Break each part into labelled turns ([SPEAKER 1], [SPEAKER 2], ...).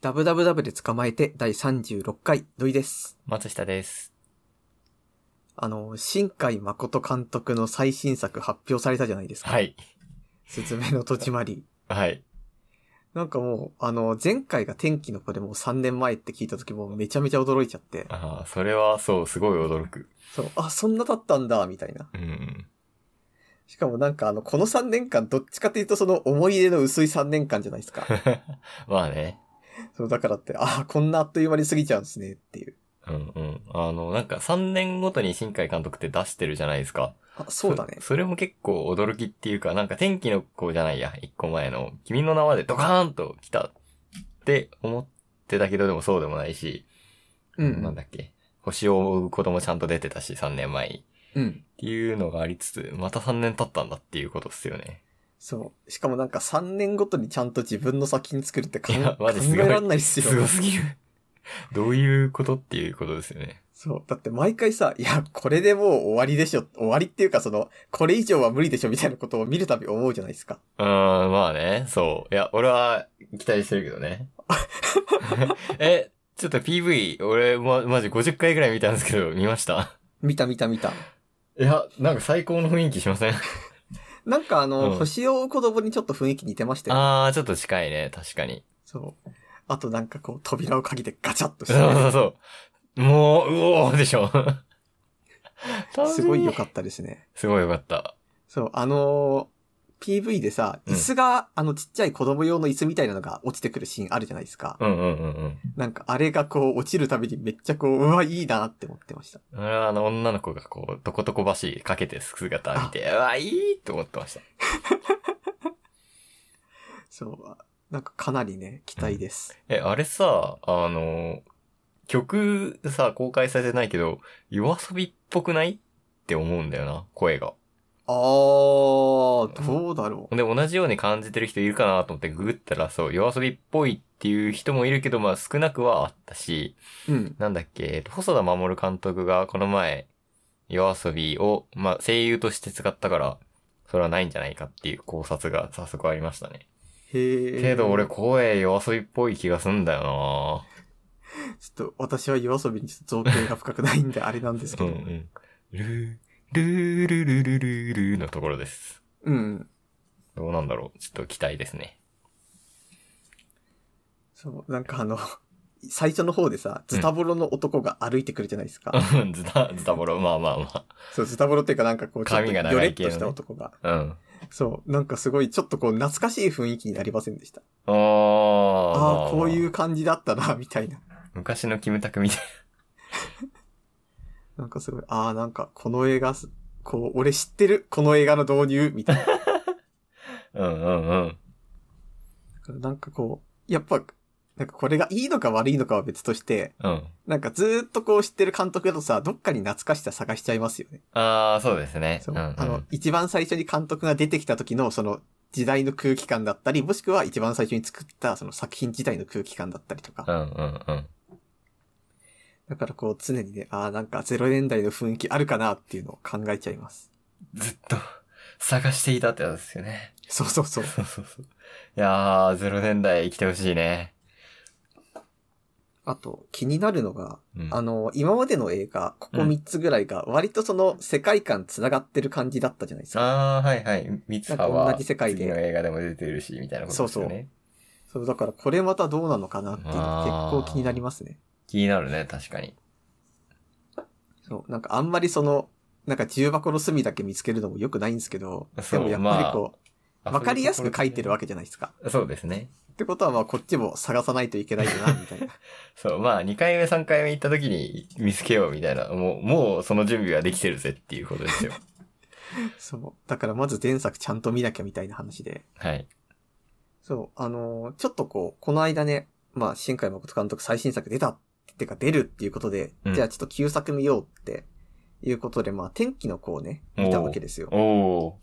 [SPEAKER 1] ダブダブダブで捕まえて第36回、土井です。
[SPEAKER 2] 松下です。
[SPEAKER 1] あの、新海誠監督の最新作発表されたじゃないですか。
[SPEAKER 2] はい。
[SPEAKER 1] すずめの戸締まり。
[SPEAKER 2] はい。
[SPEAKER 1] なんかもう、あの、前回が天気の子でもう3年前って聞いた時もうめちゃめちゃ驚いちゃって、
[SPEAKER 2] ああ、それはそう、すごい驚く。
[SPEAKER 1] そう、あ、そんなだったんだ、みたいな。
[SPEAKER 2] うん。
[SPEAKER 1] しかもなんかあの、この3年間、どっちかというとその思い出の薄い3年間じゃないですか。
[SPEAKER 2] まあね。
[SPEAKER 1] そう、だからって、あ、こんなあっという間に過ぎちゃうんですね、っていう。
[SPEAKER 2] うんうん。あの、なんか3年ごとに新海監督って出してるじゃないですか。
[SPEAKER 1] あ、そうだね
[SPEAKER 2] そ。それも結構驚きっていうか、なんか天気の子じゃないや、一個前の、君の名はでドカーンと来たって思ってたけど、でもそうでもないし、
[SPEAKER 1] うんう
[SPEAKER 2] なん
[SPEAKER 1] ん。
[SPEAKER 2] だっけ。星を追う子供ちゃんと出てたし、3年前に。
[SPEAKER 1] うん。
[SPEAKER 2] っていうのがありつつ、また3年経ったんだっていうことっすよね。
[SPEAKER 1] そう。しかもなんか3年ごとにちゃんと自分の作品作るってかん
[SPEAKER 2] いや
[SPEAKER 1] 考
[SPEAKER 2] マジすごい
[SPEAKER 1] えらんないっすよ。
[SPEAKER 2] すごすぎる。どういうことっていうことですよね。
[SPEAKER 1] そう。だって毎回さ、いや、これでもう終わりでしょ。終わりっていうかその、これ以上は無理でしょみたいなことを見るたび思うじゃないですか。
[SPEAKER 2] うーん、まあね、そう。いや、俺は期待してるけど ね。え、ちょっと PV、俺、ま、マジ50回ぐらい見たんですけど、見ました
[SPEAKER 1] 見た見た見た。
[SPEAKER 2] いや、なんか最高の雰囲気しません
[SPEAKER 1] なんかあの、
[SPEAKER 2] うん
[SPEAKER 1] 星を追う子供にちょっと雰囲気似てましたよ。
[SPEAKER 2] あー、ちょっと近いね、確かに。
[SPEAKER 1] そう。あとなんかこう、扉を鍵でガチャッとし
[SPEAKER 2] そうそ
[SPEAKER 1] て、
[SPEAKER 2] うそう。もう、うおーでしょ。
[SPEAKER 1] すごい良か
[SPEAKER 2] った。
[SPEAKER 1] ったですね。
[SPEAKER 2] すごいよかった。
[SPEAKER 1] そう、あのー PV でさ、
[SPEAKER 2] うん
[SPEAKER 1] 椅子が、あのちっちゃい子供用の椅子みたいなのが落ちてくるシーンあるじゃないですか。
[SPEAKER 2] うんうんうんうん。
[SPEAKER 1] なんかあれがこう落ちるたびにめっちゃこう、うわ、いいなって思ってました。
[SPEAKER 2] 俺はあの女の子がこう、とことこ橋かけて姿見て、うわ、いいと思ってました。
[SPEAKER 1] そう。なんかかなりね、期待です。
[SPEAKER 2] え、あれさ、あの、曲さ、公開されてないけど、夜遊びっぽくないって思うんだよな、声が。
[SPEAKER 1] あー、どうだろう。
[SPEAKER 2] で、同じように感じてる人いるかなと思ってググったら、そう、夜遊びっぽいっていう人もいるけど、まあ少なくはあったし、
[SPEAKER 1] うん。
[SPEAKER 2] なんだっけ、えっと細田守監督がこの前、夜遊びを、まあ声優として使ったから、それはないんじゃないかっていう考察が早速ありましたね。
[SPEAKER 1] へえ。
[SPEAKER 2] けど俺
[SPEAKER 1] ちょ
[SPEAKER 2] 声夜遊びっぽい気がすんだよな
[SPEAKER 1] っと私は夜遊びにちょっと造形が深くないんであれなんですけ
[SPEAKER 2] う
[SPEAKER 1] ど。
[SPEAKER 2] ん
[SPEAKER 1] う。
[SPEAKER 2] うんん。ルー、ルールルルルルルのところです。どうなんだろうちょっと期待ですね。
[SPEAKER 1] そう、なんかあの、最初の方でさ、ズタボロの男が歩いてくるじゃないですか。
[SPEAKER 2] うん ズタ、ズタボロ、まあまあま
[SPEAKER 1] そう、ズタボロっていうかなんかこう、ちょっと
[SPEAKER 2] 髪
[SPEAKER 1] ヨ
[SPEAKER 2] が
[SPEAKER 1] レ
[SPEAKER 2] 長
[SPEAKER 1] ッ
[SPEAKER 2] い系
[SPEAKER 1] と
[SPEAKER 2] のね
[SPEAKER 1] した男が。
[SPEAKER 2] あ。うん。
[SPEAKER 1] そう、なんかすごいちょっとこう、懐かしい雰囲気になりませんでした。
[SPEAKER 2] あー。
[SPEAKER 1] ああー、こういうう感じだったな、みたいな。
[SPEAKER 2] 昔のキムタクみたい
[SPEAKER 1] なんかすごい、ああ、なんかこの映画す、こう、俺知ってる、この映画の導入、みたいな。
[SPEAKER 2] な。うんうんうん。
[SPEAKER 1] なん かこう、やっぱ、なんかこれがいいのか悪いのかは別として、
[SPEAKER 2] うん。
[SPEAKER 1] なんかずーっとこう知ってる監督だとさ、どっかに懐かしさ探しちゃいますよね。
[SPEAKER 2] ああ、そうですね。
[SPEAKER 1] そうう。
[SPEAKER 2] んうん、
[SPEAKER 1] あの、一番最初に監督が出てきた時のその時代の空気感だったり、もしくは一番最初に作ったその作品自体の空気感だったりと
[SPEAKER 2] う
[SPEAKER 1] か。
[SPEAKER 2] んうんうん。
[SPEAKER 1] だからこう常にね、ああ、なんか0年代の雰囲気あるかなっていうのを考えちゃいます。
[SPEAKER 2] ずっと探していたってやつですよね。
[SPEAKER 1] そうそうそう。
[SPEAKER 2] そうそうそう。いやー、ゼロ年代生きてほしいね。
[SPEAKER 1] あと、気になるのが、
[SPEAKER 2] うん。
[SPEAKER 1] あの、今までの映画、ここ3つぐらいが、割とその世界観繋がってる感じだったじゃないですか。
[SPEAKER 2] あー、はいはい。三葉
[SPEAKER 1] なんか
[SPEAKER 2] は
[SPEAKER 1] 同じ世界で
[SPEAKER 2] 次の映画でも出てるし、みたいなことですよね。
[SPEAKER 1] そうそうそう、だからこれまたどうなのかなっていうのが結構気になりますね。
[SPEAKER 2] 気になるね、確かに。
[SPEAKER 1] そう、なんかあんまりその、なんか重箱の隅だけ見つけるのも良くないんですけど、で
[SPEAKER 2] そう
[SPEAKER 1] もやっぱりこう、わ、かりやすく書いてるわ
[SPEAKER 2] け。
[SPEAKER 1] けじゃないですか。
[SPEAKER 2] そうですね。
[SPEAKER 1] ってことはまあこっちも探さないといけないよな、み たいな。
[SPEAKER 2] そう、まあ、2回目、3回目行った時に見つけようみたいな、もう、もうその準備はできてるぜっていうこ とですよ。
[SPEAKER 1] そう。だからまず前作ちゃんと見なきゃみたいな話で。
[SPEAKER 2] はい。
[SPEAKER 1] そう、あのーちょっとこう、この間ね、まあ、新海誠監督最新作出たってか出るっていうことで、
[SPEAKER 2] うん
[SPEAKER 1] じゃあちょっと旧作見ようっていうことで、まあ、天気の子をね、見たわけですよ。
[SPEAKER 2] お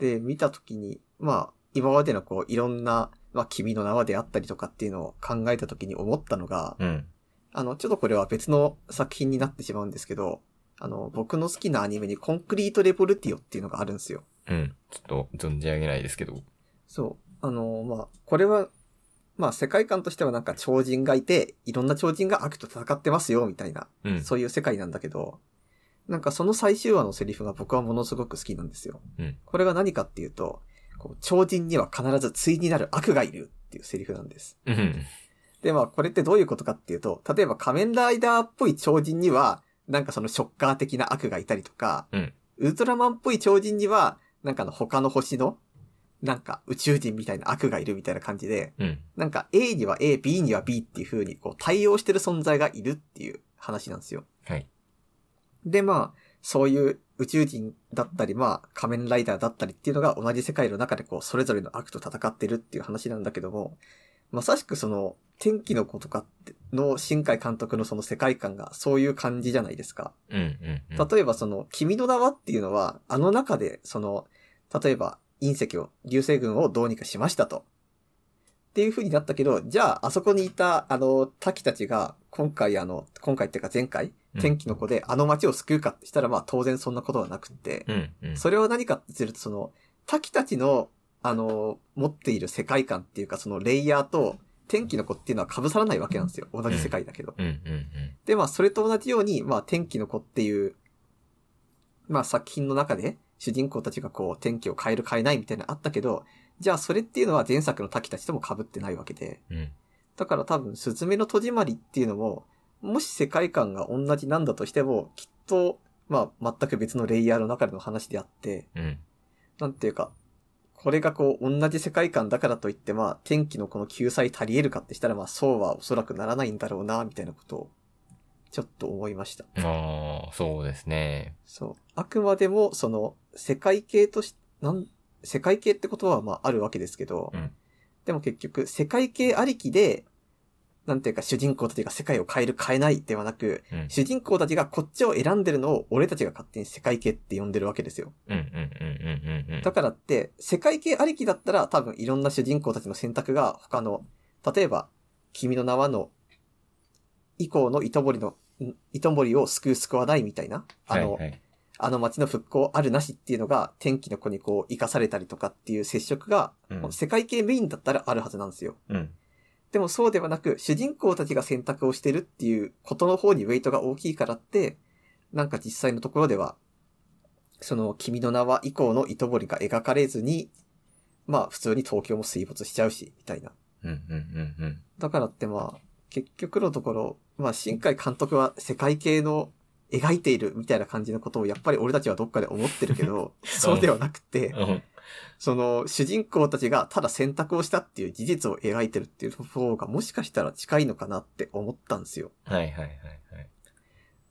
[SPEAKER 1] で、見たときに、まあ、今までのこう、いろんな、まあ、君の名はであったりとかっていうのを考えたときに思ったのが、
[SPEAKER 2] ー。うん。
[SPEAKER 1] あの、ちょっとこれは別の作品になってしまうんですけど、あの、僕の好きなアニメにコンクリートレボルティオっていうのがあるんですよ。
[SPEAKER 2] うん。ちょっと、存じ上げないですけど。
[SPEAKER 1] そう。あのまあ、これは、まあ世界観としてはなんか超人がいて、いろんな超人が悪と戦ってますよ、みたいな、
[SPEAKER 2] うん。
[SPEAKER 1] そういう世界なんだけど、なんかその最終話のセリフが僕はものすごく好きなんですよ。
[SPEAKER 2] うん
[SPEAKER 1] これが何かっていうと、こう超人には必ず対になる悪がいるっていうセリフなんです。
[SPEAKER 2] うん。
[SPEAKER 1] で、まあ、これってどういうことかっていうと、例えば仮面ライダーっぽい超人には、なんかそのショッカー的な悪がいたりとか、
[SPEAKER 2] うん
[SPEAKER 1] ウルトラマンっぽい超人には、なんかあの他の星の、なんか宇宙人みたいな悪がいるみたいな感じで、
[SPEAKER 2] うん。
[SPEAKER 1] なんか A には A、B には B っていう風にこう対応してる存在がいるっていう話なんですよ。
[SPEAKER 2] はい。
[SPEAKER 1] で、まあ、そういう宇宙人だったり、まあ、仮面ライダーだったりっていうのが同じ世界の中でこう、それぞれの悪と戦ってるっていう話なんだけども、まさしくその、天気の子とかっての新海監督のその世界観がそういう感じじゃないですか。
[SPEAKER 2] うん。うん。うん
[SPEAKER 1] 例えばその、君の名はっていうのは、あの中で、その、例えば隕石を、流星群をどうにかしましたと。っていう風になったけど、じゃあ、あそこにいた、あの、滝たちが、今回あの、今回っていうか前回、天気の子であの街を救うかってしたら、まあ当然そんなことはなくって、
[SPEAKER 2] うん。うん。
[SPEAKER 1] それを何かってすると、その、滝たちの、あの、持っている世界観っていうか、そのレイヤーと、天気の子っていうのは被さらないわけなんですよ。同じ世界だけど。
[SPEAKER 2] うん。うん。
[SPEAKER 1] で、まあ、それと同じように、まあ、天気の子っていう、まあ、作品の中で、主人公たちがこう、天気を変える変えないみたいなのあったけど、じゃあ、それっていうのは前作の滝たちとも被ってないわけで。
[SPEAKER 2] うん。うん。
[SPEAKER 1] だから多分、スズメの戸締まりっていうのも、もし世界観が同じなんだとしても、きっと、まあ、全く別のレイヤーの中での話であって、
[SPEAKER 2] うん。
[SPEAKER 1] なんていうか、これがこう、同じ世界観だからといって、まあ、天気のこの救済足り得るかってしたら、まあ、そうはおそらくならないんだろうな、みたいなことを、ちょっと思いました。
[SPEAKER 2] ああ、そうですね。
[SPEAKER 1] そう。あくまでも、その、世界系とし、なん、世界系って言葉はまああるわけですけど、
[SPEAKER 2] うん
[SPEAKER 1] でも結局、世界系ありきで、なんていうか主人公たちが世界を変える変えないではなく、
[SPEAKER 2] うん。
[SPEAKER 1] 主人公たちがこっちを選んでるのを俺たちが勝手に世界系って呼んでるわけですよ。
[SPEAKER 2] うん。うん。うん。うん。うん。
[SPEAKER 1] だからって、世界系ありきだったら多分いろんな主人公たちの選択が他の、例えば、君の名はの、以降の糸堀の、ん糸堀を救う救わないみたいな、あの、
[SPEAKER 2] はいはい
[SPEAKER 1] あの街の復興あるなしっていうのが天気の子にこう生かされたりとかっていう接触が、
[SPEAKER 2] うん
[SPEAKER 1] この世界系メインだったらあるはずなんですよ。
[SPEAKER 2] うん。
[SPEAKER 1] でもそうではなく、主人公たちが選択をしてるっていうことの方にウェイトが大きいからって、なんか実際のところでは、その君の名は以降の糸堀が描かれずに、まあ普通に東京も水没しちゃうし、みたいな。
[SPEAKER 2] うん。うん。うん。
[SPEAKER 1] だからってまあ、結局のところ、まあ新海監督は世界系の描いているみたいな感じのことをやっぱり俺たちはどっかで思ってるけど、 そうではなくて、
[SPEAKER 2] うん。
[SPEAKER 1] その主人公たちがただ選択をしたっていう事実を描いてるっていう方がもしかしたら近いのかなって思ったんですよ。
[SPEAKER 2] はいはいはいはい。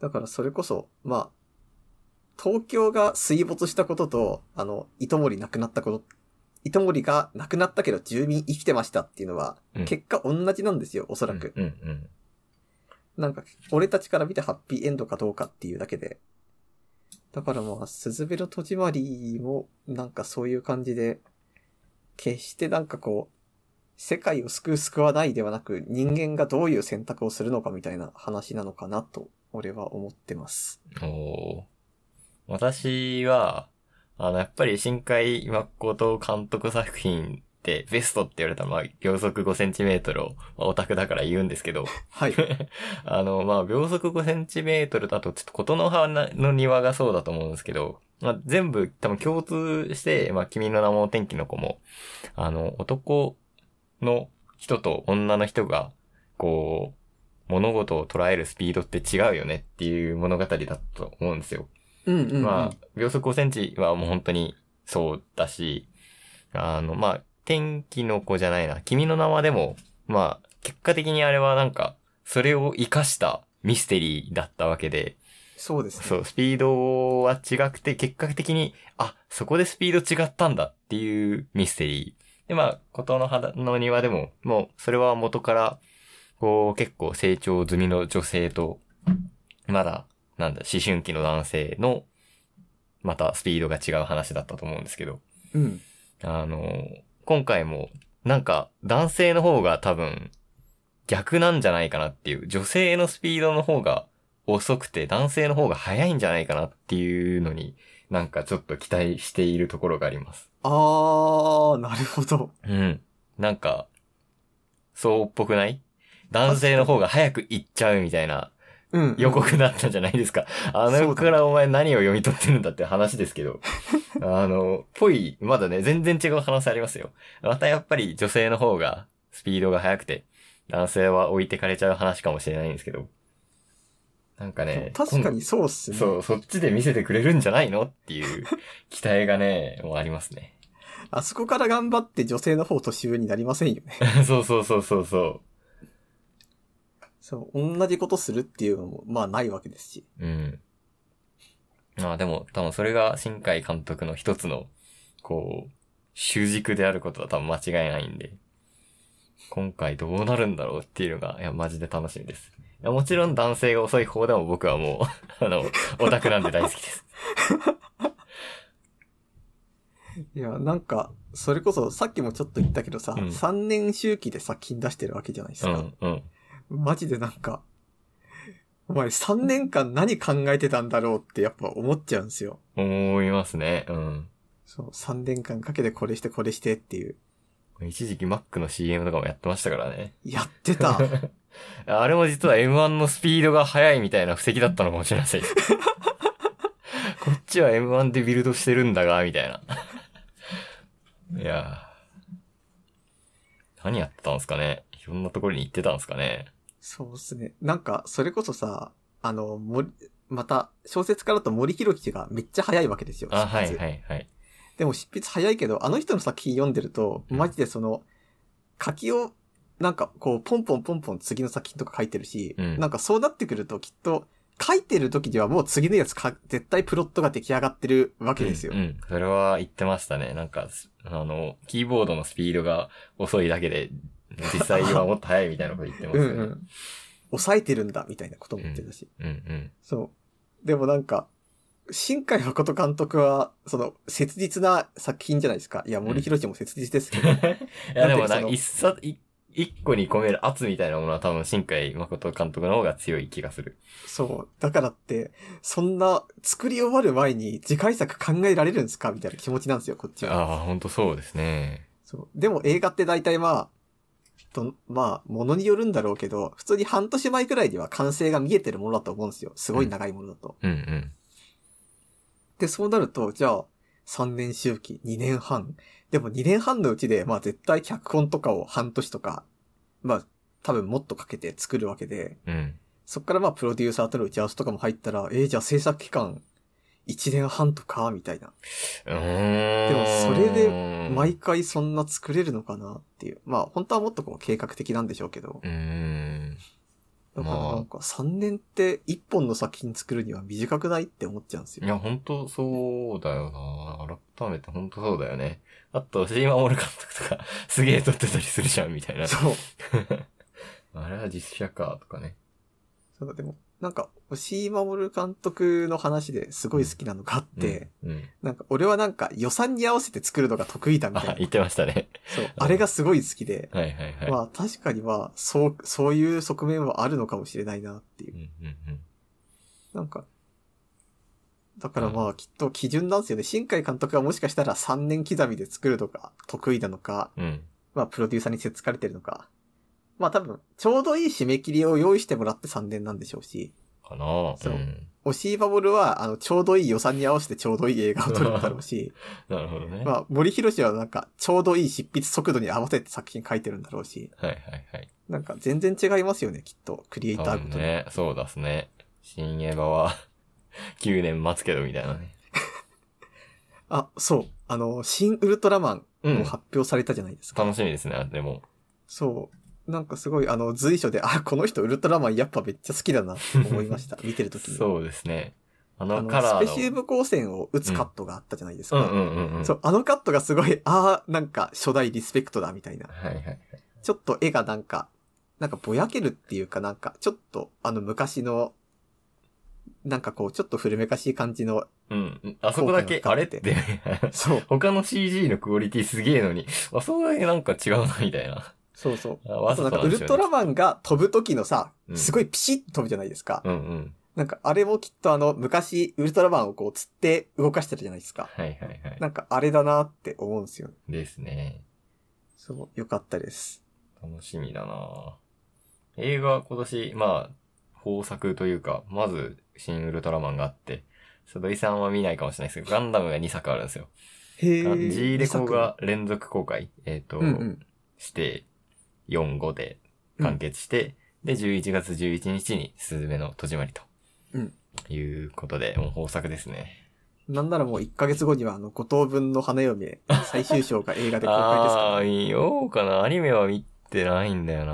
[SPEAKER 1] だからそれこそ、まあ、東京が水没したことと、あの、糸森亡くなったこと、糸森が亡くなったけど住民生きてましたっていうのは
[SPEAKER 2] うん、
[SPEAKER 1] 結果同じなんですよ、おそらく。
[SPEAKER 2] うんうん。
[SPEAKER 1] なんか、俺たちから見てハッピーエンドかどうかっていうだけで。だからまあ、スズメの戸締まりも、なんかそういう感じで、決してなんかこう、世界を救う救わないではなく、人間がどういう選択をするのかみたいな話なのかなと、俺は思ってます。
[SPEAKER 2] うんおー私は、あの、やっぱり新海誠監督作品でベストって言われたら、まあ、秒速5センチメートルを、まあ、オタクだから言うんですけど、
[SPEAKER 1] はい。
[SPEAKER 2] あの、まあ、秒速5センチメートルだと、ちょっとことの葉の庭がそうだと思うんですけど、まあ、全部多分共通して、まあ、君の名も天気の子も、あの、男の人と女の人が、こう、物事を捉えるスピードって違うよねっていう物語だったと思うんですよ。
[SPEAKER 1] うんうん、うん。
[SPEAKER 2] まあ、秒速5センチはもう本当にそうだし、あの、まあ、天気の子じゃないな、君の名はでも、まあ、結果的にあれはなんか、それを活かしたミステリーだったわけで、
[SPEAKER 1] そうですね。
[SPEAKER 2] そう、スピードは違くて、結果的に、あ、そこでスピード違ったんだっていうミステリー。で、まあ、ことの花の庭でも、もう、それは元から、こう、結構成長済みの女性と、まだ、なんだ、思春期の男性の、またスピードが違う話だったと思うんですけど、
[SPEAKER 1] うん。
[SPEAKER 2] あの、今回も、なんか、男性の方が多分、逆なんじゃないかなっていう、女性のスピードの方が遅くて、男性の方が速いんじゃないかなっていうのに、なんかちょっと期待しているところがあります。
[SPEAKER 1] あー、なるほど。
[SPEAKER 2] うん。なんか、そうっぽくない男性の方が早く行っちゃうみたいな
[SPEAKER 1] うん。
[SPEAKER 2] 予告だったんじゃないですか。あの横からお前何を読み取ってるんだって話で すけど。あの、ぽい、まだね、全然違う可能性ありますよ。またやっぱり女性の方がスピードが速くて、男性は置いてかれちゃう話かもしれないんですけど。なんかね、
[SPEAKER 1] 確か
[SPEAKER 2] 今
[SPEAKER 1] にそうっすね。
[SPEAKER 2] そう、そっちで見せてくれるんじゃないのっていう期待がね、もうありますね。
[SPEAKER 1] あそこから頑張って女性の方年上になりませんよね。
[SPEAKER 2] そうそうそうそうそ
[SPEAKER 1] そう、同じことするっていうのも、まあないわけですし。
[SPEAKER 2] う。うん。まあでも、多分それが新海監督の一つの、こう、主軸であることは多分間違いないんで、今回どうなるんだろうっていうのが、いや、マジで楽しみです。いやもちろん男性が遅い方でも僕はもう、あ の、オタクなんで大好きです。
[SPEAKER 1] いや、なんか、それこそさっきもちょっと言ったけどさ、
[SPEAKER 2] うん
[SPEAKER 1] 3年周期で作品出してるわけじゃないです
[SPEAKER 2] う
[SPEAKER 1] か。
[SPEAKER 2] ん、うん。
[SPEAKER 1] マジでなんか、お前3年間何考えてたんだろうってやっぱ思っちゃうんですよ。
[SPEAKER 2] 思いますね。うん。
[SPEAKER 1] そう、3年間かけてこれしてこれしてっていう。
[SPEAKER 2] 一時期 Mac の CM とかもやってましたからね。
[SPEAKER 1] やって た
[SPEAKER 2] あれも実は M1 のスピードが速いみたいな布石だったのかもし れません。こっちは M1 でビルドしてるんだが、みたいな。いやー何やってたんですかねいろんなところに行ってたんですかね
[SPEAKER 1] そうっすね。なんか、それこそさ、あの、森、また、小説家だと森博樹がめっちゃ早いわけですよ。執
[SPEAKER 2] あ、はい
[SPEAKER 1] 筆
[SPEAKER 2] はいはい。
[SPEAKER 1] でも執筆早いけど、あの人の作品読んでると、
[SPEAKER 2] うん
[SPEAKER 1] マジでその、書きを、なんかこう、ポンポンポンポン次の作品とか書いてるし、
[SPEAKER 2] うん
[SPEAKER 1] なんかそうなってくるときっと、書いてる時にはもう次のやつか、絶対プロットが出来上がってるわけですよ。
[SPEAKER 2] うん、うんそれは言ってましたね。なんか、あの、キーボードのスピードが遅いだけで、実際はもっと速いみたいなこと言ってます
[SPEAKER 1] うん、
[SPEAKER 2] よ
[SPEAKER 1] う
[SPEAKER 2] ね。
[SPEAKER 1] ん抑えてるんだ、みたいなことも言ってたし。
[SPEAKER 2] うんうん。
[SPEAKER 1] そう。でもなんか、新海誠監督は、その、切実な作品じゃないですか。いや、森博氏も切実です けど。
[SPEAKER 2] いや、で
[SPEAKER 1] なんていうか
[SPEAKER 2] もな
[SPEAKER 1] その
[SPEAKER 2] 一冊、い一個に込める圧みたいなものは多分新海誠監督の方が強い気がする。
[SPEAKER 1] そう。だからって、そんな、作り終わる前に次回作考えられるんですかみたいな気持ちなんですよ、こっちは。
[SPEAKER 2] ああ、ほんとそうですね。
[SPEAKER 1] そう。でも映画って大体まあ、とまあ、ものによるんだろうけど、普通に半年前くらいには完成が見えてるものだと思うんですよ。すごい長いものだと。
[SPEAKER 2] うんうん。
[SPEAKER 1] で、そうなると、じゃあ、3年周期、2年半。でも2年半のうちで、まあ絶対脚本とかを半年とか、まあ多分もっとかけて作るわけで、
[SPEAKER 2] うん。
[SPEAKER 1] そっからまあプロデューサーとの打ち合わせとかも入ったら、えー、じゃあ制作期間1年半とか、みたいな。
[SPEAKER 2] うー
[SPEAKER 1] で
[SPEAKER 2] ん。
[SPEAKER 1] もそれで毎
[SPEAKER 2] う
[SPEAKER 1] 回そんな作れるのかなっていう。まあ本当はもっとこう計画的なんでしょうけど。
[SPEAKER 2] ーん。
[SPEAKER 1] だからなんか3年って1本の作品作るには短くないって思っちゃうんです
[SPEAKER 2] い
[SPEAKER 1] よ。
[SPEAKER 2] や、ほんとそうだよな改めてほんとそうだよね。あと、シーマモル監督とか、 すげえ撮ってたりするじゃん、みたいな。
[SPEAKER 1] そう。
[SPEAKER 2] あれは実写か、とかね。
[SPEAKER 1] そうだ、でも、なんか、押井守監督の話ですごい好きなのがあって、
[SPEAKER 2] うん、うん。
[SPEAKER 1] なんか、俺はなんか予算に合わせて作るのが得意だみたい
[SPEAKER 2] あ
[SPEAKER 1] な、。
[SPEAKER 2] 言ってましたね。
[SPEAKER 1] そう。あれがすごい好きで、
[SPEAKER 2] はいはいはい。
[SPEAKER 1] まあ確かにまあ、そう、そういう側面はあるのかもしれないなっていうう。
[SPEAKER 2] んうんうん。
[SPEAKER 1] なんか、だからまあきっと基準なんですよね。新海監督はもしかしたら3年刻みで作るのが得意なのか、
[SPEAKER 2] うん。
[SPEAKER 1] まあプロデューサーにせっつかれてるのか。まあ多分、ちょうどいい締め切りを用意してもらって3年なんでしょうし。
[SPEAKER 2] かなぁ。。
[SPEAKER 1] そうん押しバボルは、あの、ちょうどいい予算に合わせてちょうどいい映画を撮るんだろう し、
[SPEAKER 2] なるほどね。
[SPEAKER 1] まあ、森博はなんか、ちょうどいい執筆速度に合わせて作品書いてるんだろうし、
[SPEAKER 2] はいはいはい。
[SPEAKER 1] なんか全然違いますよね、きっと、クリエイターごとに。
[SPEAKER 2] ね、そうだっすね。新エヴァは 9年待つけどみたいなね。
[SPEAKER 1] あ、そう、あの、新ウルトラマン
[SPEAKER 2] う
[SPEAKER 1] も
[SPEAKER 2] ん。
[SPEAKER 1] 発表されたじゃないですか。
[SPEAKER 2] 楽しみですね、でも。
[SPEAKER 1] そう。なんかすごい、あの、随所で、あ、この人ウルトラマンやっぱめっちゃ好きだなって思いま した、見てるときに。
[SPEAKER 2] そうですね。
[SPEAKER 1] あ
[SPEAKER 2] あの
[SPEAKER 1] の
[SPEAKER 2] カラーの。
[SPEAKER 1] スペシウム光線を打つカットがあったじゃないです
[SPEAKER 2] う
[SPEAKER 1] か。
[SPEAKER 2] んうんうんうん。
[SPEAKER 1] そう、あのカットがすごい、ああ、なんか初代リスペクトだみたいな。
[SPEAKER 2] はいはい。
[SPEAKER 1] ちょっと絵がなんか、なんかぼやけるっていうかなんか、ちょっとあの昔の、なんかこう、ちょっと古めかしい感じの、
[SPEAKER 2] うん。あそこだけ、あれって。
[SPEAKER 1] そう、
[SPEAKER 2] 他の CG のクオリティすげえのに、あそこだけなんか違うな、みたいな。
[SPEAKER 1] そうそう。
[SPEAKER 2] あ
[SPEAKER 1] あ
[SPEAKER 2] わ
[SPEAKER 1] とな
[SPEAKER 2] ざ
[SPEAKER 1] ん
[SPEAKER 2] と
[SPEAKER 1] か
[SPEAKER 2] な
[SPEAKER 1] ウ
[SPEAKER 2] んで
[SPEAKER 1] ル
[SPEAKER 2] す
[SPEAKER 1] ト
[SPEAKER 2] よね
[SPEAKER 1] ラマンが飛ぶ時のさ
[SPEAKER 2] う、ん
[SPEAKER 1] すごいピシッと飛ぶじゃないですか。
[SPEAKER 2] うんうん。
[SPEAKER 1] なんかあれもきっとあの昔ウルトラマンをこう釣って動かしてたじゃないですか。
[SPEAKER 2] はいはいはい。
[SPEAKER 1] なんかあれだなって思うんですよ。
[SPEAKER 2] ですね。
[SPEAKER 1] そう、よかったです。
[SPEAKER 2] 楽しみだな映画今年、まあ、豊作というか、まず、新ウルトラマンがあって、ちょっと土井さんは見ないかもしれないですけど、ガンダムが2作あるんですよ。
[SPEAKER 1] へ
[SPEAKER 2] ジ
[SPEAKER 1] え。
[SPEAKER 2] ーレコが連続公開、えっ、と、
[SPEAKER 1] うんうん。
[SPEAKER 2] して、4、5で完結して、で、11月11日に、すずめの戸締まりと。
[SPEAKER 1] うん
[SPEAKER 2] いうことで、もう豊作ですね。
[SPEAKER 1] なんならもう1ヶ月後にはあの、5等分の花嫁、最終章が映画で公開です
[SPEAKER 2] あ
[SPEAKER 1] か
[SPEAKER 2] あ、見ようかな。アニメは見てないんだよな。
[SPEAKER 1] ら、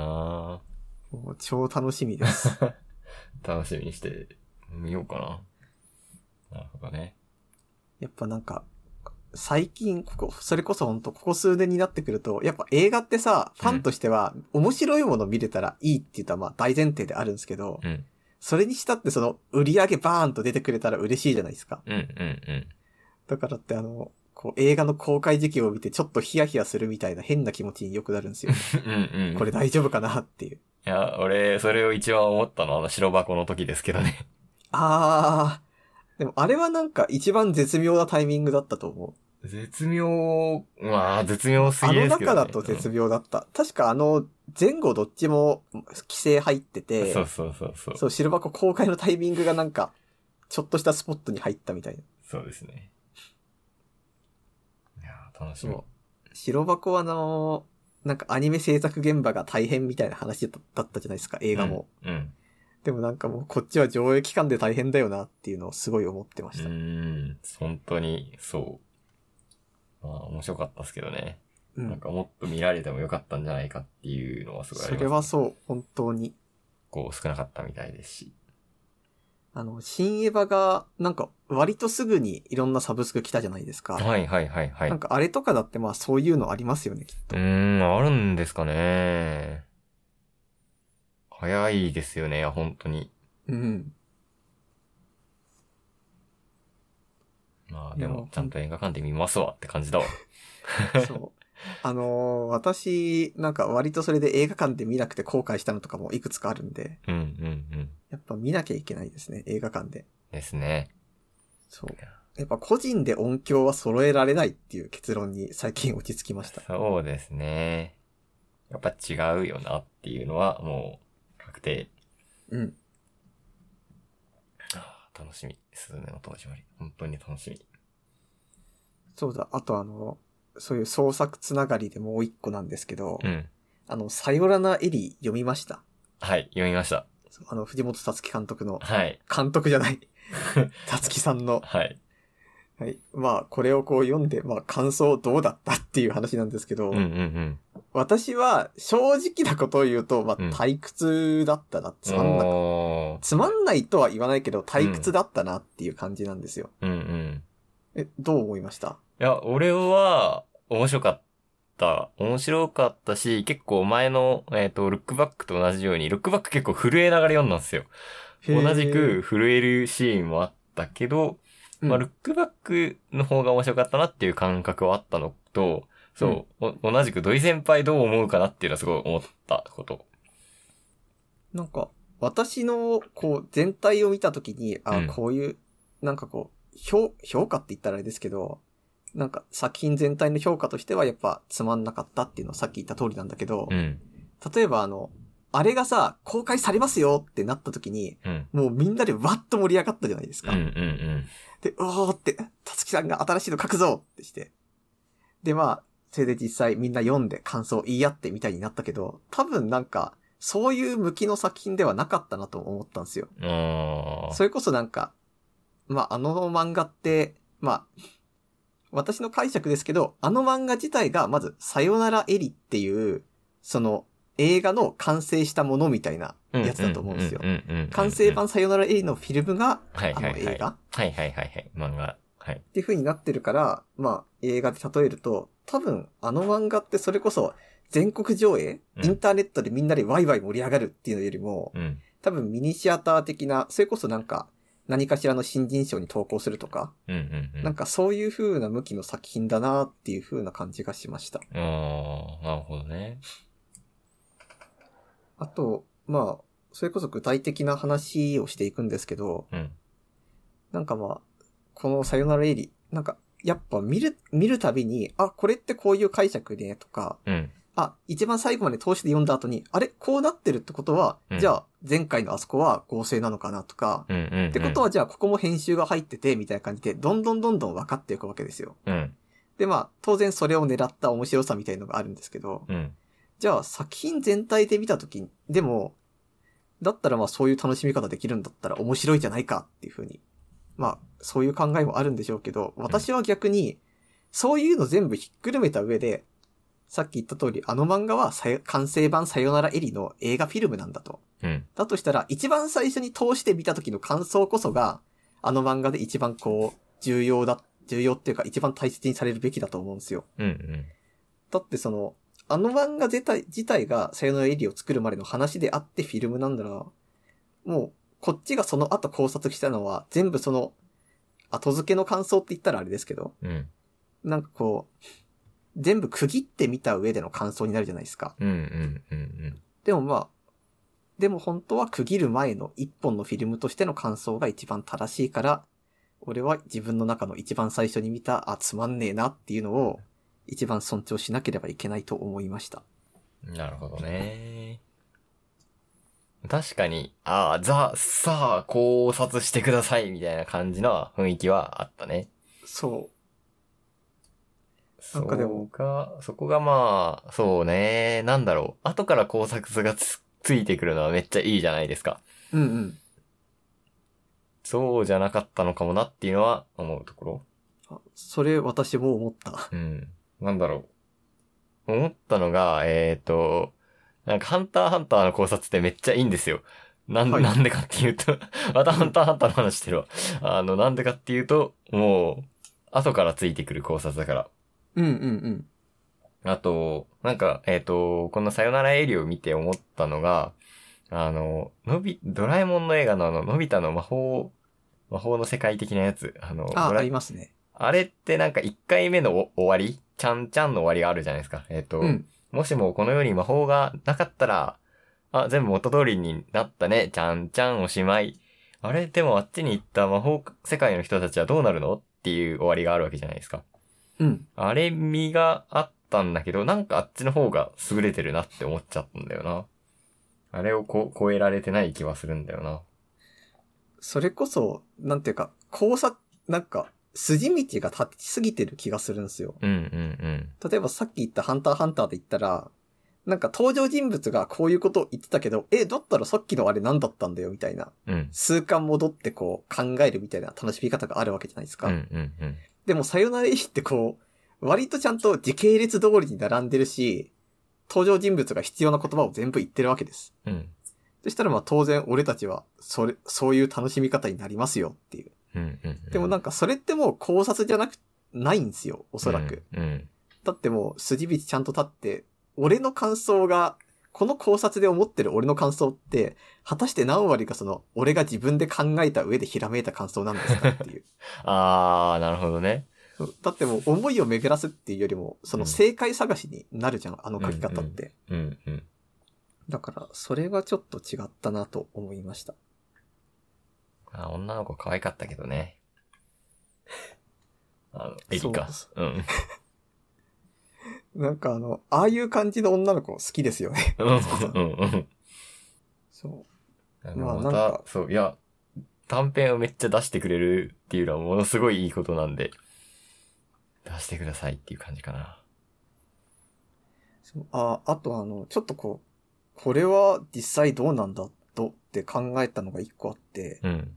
[SPEAKER 1] もう超楽しみです。
[SPEAKER 2] 楽しみにして見ようかな。なるほどね。
[SPEAKER 1] やっぱなんか、最近、ここ、それこそほんと、ここ数年になってくると、やっぱ映画ってさ、ファンとしては、面白いもの見れたらいいって言ったらまあ大前提であるんですけど、
[SPEAKER 2] うん。
[SPEAKER 1] それにしたってその、売り上げバーンと出てくれたら嬉しいじゃないですか。
[SPEAKER 2] うんうん
[SPEAKER 1] だからってあの、こう映画の公開時期を見てちょっとヒヤヒヤするみたいな変な気持ちによくなるんですよ。
[SPEAKER 2] うん。うんうん。
[SPEAKER 1] これ。大丈夫かなっていう。
[SPEAKER 2] いや、俺、それを一番思ったのは、あの、白箱の時ですけどね。
[SPEAKER 1] あー、でもあれはなんか一番絶妙なタイミングだったと思う。
[SPEAKER 2] 絶妙、まあ、絶妙す
[SPEAKER 1] あ
[SPEAKER 2] ぎ
[SPEAKER 1] の
[SPEAKER 2] ですけど、
[SPEAKER 1] 中
[SPEAKER 2] ね。
[SPEAKER 1] だと絶妙だった。確かあの、前後どっちも規制入ってて、
[SPEAKER 2] そうそうそうそう。
[SPEAKER 1] そう、白箱公開のタイミングがなんか、ちょっとしたスポットに入ったみたいな。
[SPEAKER 2] そうですね。いやー、楽しみ。
[SPEAKER 1] そう白箱はあのーなんかアニメ制作現場が大変みたいな話だだったじゃないですか、映画も。
[SPEAKER 2] うん。
[SPEAKER 1] でもなんかもうこっちは上映期間で大変だよなっていうのをすごい思ってま
[SPEAKER 2] う
[SPEAKER 1] した。
[SPEAKER 2] ーん、本当に、そう。まあ、面白かったですけどね。
[SPEAKER 1] うん
[SPEAKER 2] なんかもっと見られてもよかったんじゃないかっていうのはすごいあり
[SPEAKER 1] そ
[SPEAKER 2] ます、
[SPEAKER 1] れはそう、本当に。
[SPEAKER 2] こう少なかったみたいですし。
[SPEAKER 1] あの、新エヴァが、なんか割とすぐにいろんなサブスク来たじゃないですか。
[SPEAKER 2] はいはいはいはい。
[SPEAKER 1] なん
[SPEAKER 2] う
[SPEAKER 1] かあれとかだってまあそういうのありますよね、きっと。
[SPEAKER 2] ーん、あるんですかね。早いですよね、本当に。
[SPEAKER 1] うん。
[SPEAKER 2] まあで
[SPEAKER 1] いや
[SPEAKER 2] も、ちゃんと映画館で見ますわって感じだわ。
[SPEAKER 1] そう。 あのー私、なんか割とそれで映画館で見なくて後悔したのとかもいくつかあるんで、
[SPEAKER 2] うんうんうん。
[SPEAKER 1] やっぱ見なきゃいけないですね、映画館で。
[SPEAKER 2] ですね。
[SPEAKER 1] そう。やっぱ個人で音響は揃えられないっていう結論に最近落ち着きました。
[SPEAKER 2] そうですね。やっぱ違うよなっていうのはもう確定。
[SPEAKER 1] うん。
[SPEAKER 2] あー楽しみ。すずめの戸締まり。本当に楽しみ。
[SPEAKER 1] そうだ。あとあの、そういう創作つながりでもう一個なんですけど、
[SPEAKER 2] うん。
[SPEAKER 1] あの、さよらなエリー読みました。
[SPEAKER 2] はい、読みました。
[SPEAKER 1] そうあの、藤本つ樹監督 の、
[SPEAKER 2] はい。
[SPEAKER 1] 監督じゃない。 つ樹さんの。
[SPEAKER 2] はい。
[SPEAKER 1] はい。まあ、これをこう読んで、まあ、感想どうだったっていう話なんですけど、
[SPEAKER 2] うんうんうん。
[SPEAKER 1] 私は正直なことを言うと、まあ、
[SPEAKER 2] うん
[SPEAKER 1] 退屈だったな。つまんな、
[SPEAKER 2] おー
[SPEAKER 1] つまんないとは言わないけど、退屈だったなっていう感じなんですよ。
[SPEAKER 2] うんうん。
[SPEAKER 1] え、どう思いました
[SPEAKER 2] いや、俺は、面白かった。面白かったし、結構前の、えっ、と、ルックバックと同じように、ルックバック結構震えながら読んだんですよ。同じく、震えるシーンもあったけど、
[SPEAKER 1] うん
[SPEAKER 2] まあ、ルックバックの方が面白かったなっていう感覚はあったのと、そう、お同じく土井先輩どう思うかなっていうのはすごい思ったこと。
[SPEAKER 1] なんか、私の、こう、全体を見たときに、あ
[SPEAKER 2] うん
[SPEAKER 1] こういう、なんかこう、評、評価って言ったらあれですけど、なんか作品全体の評価としてはやっぱつまんなかったっていうのはさっき言った通りなんだけど、
[SPEAKER 2] うん。
[SPEAKER 1] 例えばあの、あれがさ、公開されますよってなったときに、
[SPEAKER 2] うん。
[SPEAKER 1] もうみんなでわっと盛り上がったじゃないです
[SPEAKER 2] うん
[SPEAKER 1] か。
[SPEAKER 2] うんうん。
[SPEAKER 1] で、おーって、たつきさんが新しいの書くぞってして。で、まあ、それで実際みんな読んで感想を言い合ってみたいになったけど、多分なんか、そういう向きの作品ではなかったなと思ったんですよ。
[SPEAKER 2] あー
[SPEAKER 1] それこそなんか、まあ、あの漫画って、まあ、私の解釈ですけど、あの漫画自体がまず、さよならエリっていう、その映画の完成したものみたいなやつだと思うんですよ。。完成版さよならエリのフィルムが、
[SPEAKER 2] はい
[SPEAKER 1] あ
[SPEAKER 2] は
[SPEAKER 1] の
[SPEAKER 2] いは
[SPEAKER 1] 映
[SPEAKER 2] い。
[SPEAKER 1] 画
[SPEAKER 2] はいはいはいはい。漫画。はい。
[SPEAKER 1] っていう風になってるから、まあ、映画で例えると、多分、あの漫画ってそれこそ、全国上映、
[SPEAKER 2] うん
[SPEAKER 1] インターネットでみんなでワイワイ盛り上がるっていうのよりも、
[SPEAKER 2] うん。
[SPEAKER 1] 多分ミニシアター的な、それこそなんか、何かしらの新人賞に投稿するとか、
[SPEAKER 2] うんうんうん。
[SPEAKER 1] なんかそういう風な向きの作品だなっていう風な感じがしました。
[SPEAKER 2] ああ、なるほどね。
[SPEAKER 1] あと、まあ、それこそ具体的な話をしていくんですけど、
[SPEAKER 2] うん。
[SPEAKER 1] なんかまあ、このさよならエリ、なんか、やっぱ見る、見るたびに、あ、これってこういう解釈ね、とか、
[SPEAKER 2] うん。
[SPEAKER 1] あ、一番最後まで通して読んだ後に、あれこうなってるってことは、
[SPEAKER 2] うん
[SPEAKER 1] じゃあ前回のあそこは合成なのかなとか、
[SPEAKER 2] うんうん、うん。
[SPEAKER 1] ってことはじゃあここも編集が入ってて、みたいな感じで、どんどんどんどん分かっていくわけですよ。
[SPEAKER 2] うん、
[SPEAKER 1] で、まあ、当然それを狙った面白さみたいのがあるんですけど、
[SPEAKER 2] うん。
[SPEAKER 1] じゃあ作品全体で見たとき、でも、だったらまあそういう楽しみ方できるんだったら面白いじゃないかっていうふうに。まあ、そういう考えもあるんでしょうけど、私は逆に、そういうの全部ひっくるめた上で、さっき言った通り、あの漫画はさよ完成版さよならエリの映画フィルムなんだと。
[SPEAKER 2] うん。
[SPEAKER 1] だとしたら、一番最初に通して見た時の感想こそが、あの漫画で一番こう、重要だ、重要っていうか一番大切にされるべきだと思うんですよ。
[SPEAKER 2] うん。うん。
[SPEAKER 1] だってその、あの漫画自体自体がさよならエリを作るまでの話であってフィルムなんだら、もう、こっちがその後考察したのは、全部その、後付けの感想って言ったらあれですけど、
[SPEAKER 2] うん。
[SPEAKER 1] なんかこう、全部区切ってみた上での感想になるじゃないですか。
[SPEAKER 2] うん。うん。うん。
[SPEAKER 1] でもまあ、でも本当は区切る前の一本のフィルムとしての感想が一番正しいから、俺は自分の中の一番最初に見た、あ、つまんねえなっていうのを、一番尊重しなければいけないと思いました。
[SPEAKER 2] うん。なるほどね。確かに、ああ、ザ、さあ、考察してください、みたいな感じの雰囲気はあったね。
[SPEAKER 1] そう。
[SPEAKER 2] そ
[SPEAKER 1] なんかでも
[SPEAKER 2] うか、そこがまあ、そうね、なんだろう。後から考察がつついてくるのはめっちゃいいじゃないですか。
[SPEAKER 1] うんうん。
[SPEAKER 2] そうじゃなかったのかもなっていうのは思うところ。
[SPEAKER 1] あそれ私も思った。
[SPEAKER 2] うん。なんだろう。思ったのが、えっ、と、なんかハンターハンターの考察ってめっちゃいいんですよ。なん,、
[SPEAKER 1] はい
[SPEAKER 2] なんでかっていうと、 またハンターハンターの話してるわ。あの、なんでかっていうと、もう、後からついてくる考察だから。
[SPEAKER 1] うんうんうん。
[SPEAKER 2] あと、なんか、えっ、と、このさよならエリを見て思ったのが、あの、のび、ドラえもんの映画のあの、のび太の魔法、魔法の世界的なやつ。あの、
[SPEAKER 1] あ、
[SPEAKER 2] ドラ
[SPEAKER 1] ありますね。
[SPEAKER 2] あれってなんか1回目のお終わりちゃんちゃんの終わりがあるじゃないですか。えっ、と、
[SPEAKER 1] うん。
[SPEAKER 2] もしもこの世に魔法がなかったら、あ、全部元通りになったね。ちゃんちゃんおしまい。あれでもあっちに行った魔法世界の人たちはどうなるのっていう終わりがあるわけじゃないですか。
[SPEAKER 1] うん。
[SPEAKER 2] あれ身があったんだけど、なんかあっちの方が優れてるなって思っちゃったんだよな。あれをこ超えられてない気はするんだよな。
[SPEAKER 1] それこそ、なんていうか、考察、なんか、筋道が立ちすぎてる気がするんですよ。
[SPEAKER 2] うんうん
[SPEAKER 1] 例えばさっき言ったハンターハンターで言ったら、なんか登場人物がこういうことを言ってたけど、え、だったらさっきのあれ何だったんだよみたいな、
[SPEAKER 2] うん。うん。
[SPEAKER 1] 数巻戻ってこう考えるみたいな楽しみ方があるわけじゃないです
[SPEAKER 2] う
[SPEAKER 1] か。
[SPEAKER 2] んうんうん。
[SPEAKER 1] でもさよならエリってこう、割とちゃんと時系列通りに並んでるし、登場人物が必要な言葉を全部言ってるわけです。
[SPEAKER 2] うん。
[SPEAKER 1] そしたらまあ当然俺たちは、それ、そういう楽しみ方になりますよっていう。
[SPEAKER 2] うんうん。
[SPEAKER 1] でもなんかそれってもう考察じゃなく、ないんですよ、お
[SPEAKER 2] お
[SPEAKER 1] そらく。。
[SPEAKER 2] うん。
[SPEAKER 1] だってもう筋道ちゃんと立って、俺の感想が、この考察で思ってる俺の感想って、果たして何割かその、俺が自分で考えた上でひらめいた感想なんですかっていう。
[SPEAKER 2] あー、なるほどね。
[SPEAKER 1] そうだってもう思いを巡らすっていうよりも、その正解探しになるじゃん、あの書き方って。
[SPEAKER 2] うんうん。
[SPEAKER 1] だから、それがちょっと違ったなと思いました。
[SPEAKER 2] あ女の子可愛かったけどね。 あの、エリカ。
[SPEAKER 1] そう
[SPEAKER 2] うん。
[SPEAKER 1] なんかあの、ああいう感じの女の子好きですよね。
[SPEAKER 2] うんうんうん。
[SPEAKER 1] そま
[SPEAKER 2] あ
[SPEAKER 1] あ
[SPEAKER 2] の
[SPEAKER 1] な
[SPEAKER 2] ま
[SPEAKER 1] んか
[SPEAKER 2] た、そう、いや、短編をめっちゃ出してくれるっていうのはものすごいいいことなんで、出してくださいっていう感じかな。
[SPEAKER 1] う。そうあ、あとあの、ちょっとこう、これは実際どうなんだとって考えたのが一個あって、
[SPEAKER 2] うん。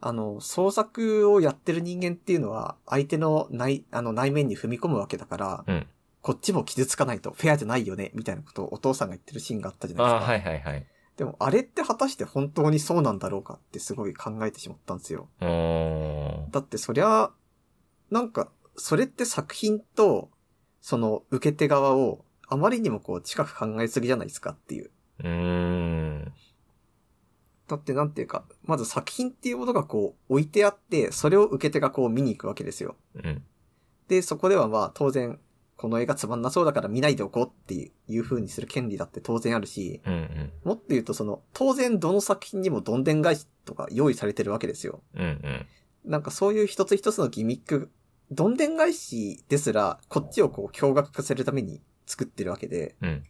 [SPEAKER 1] あの、創作をやってる人間っていうのは、相手の内、あの内面に踏み込むわけだから、
[SPEAKER 2] うん
[SPEAKER 1] こっちも傷つかないとフェアじゃないよね、みたいなことをお父さんが言ってるシーンがあったじゃ
[SPEAKER 2] あ
[SPEAKER 1] ないです
[SPEAKER 2] ー
[SPEAKER 1] か。
[SPEAKER 2] はいはいはい。
[SPEAKER 1] でも、あれって果たして本当にそうなんだろうかってすごい考えてしまったんですよ。
[SPEAKER 2] うーん。
[SPEAKER 1] だってそりゃ、なんか、それって作品と、その受け手側を、あまりにもこう近く考えすぎじゃないですかっていう。
[SPEAKER 2] うーん。
[SPEAKER 1] だってなんていうか、まず作品っていうものがこう置いてあって、それを受け手がこう見に行くわけですよ。
[SPEAKER 2] うん。
[SPEAKER 1] で、そこではまあ当然、この映画つまんなそうだから見ないでおこうっていう風にする権利だって当然あるし、
[SPEAKER 2] うんうん。
[SPEAKER 1] もっと言うとその、当然どの作品にもどんでん返しとか用意されてるわけですよ。
[SPEAKER 2] うんうん。
[SPEAKER 1] なんかそういう一つ一つのギミック、どんでん返しですら、こっちをこう驚愕化するために作ってるわけで、
[SPEAKER 2] うん。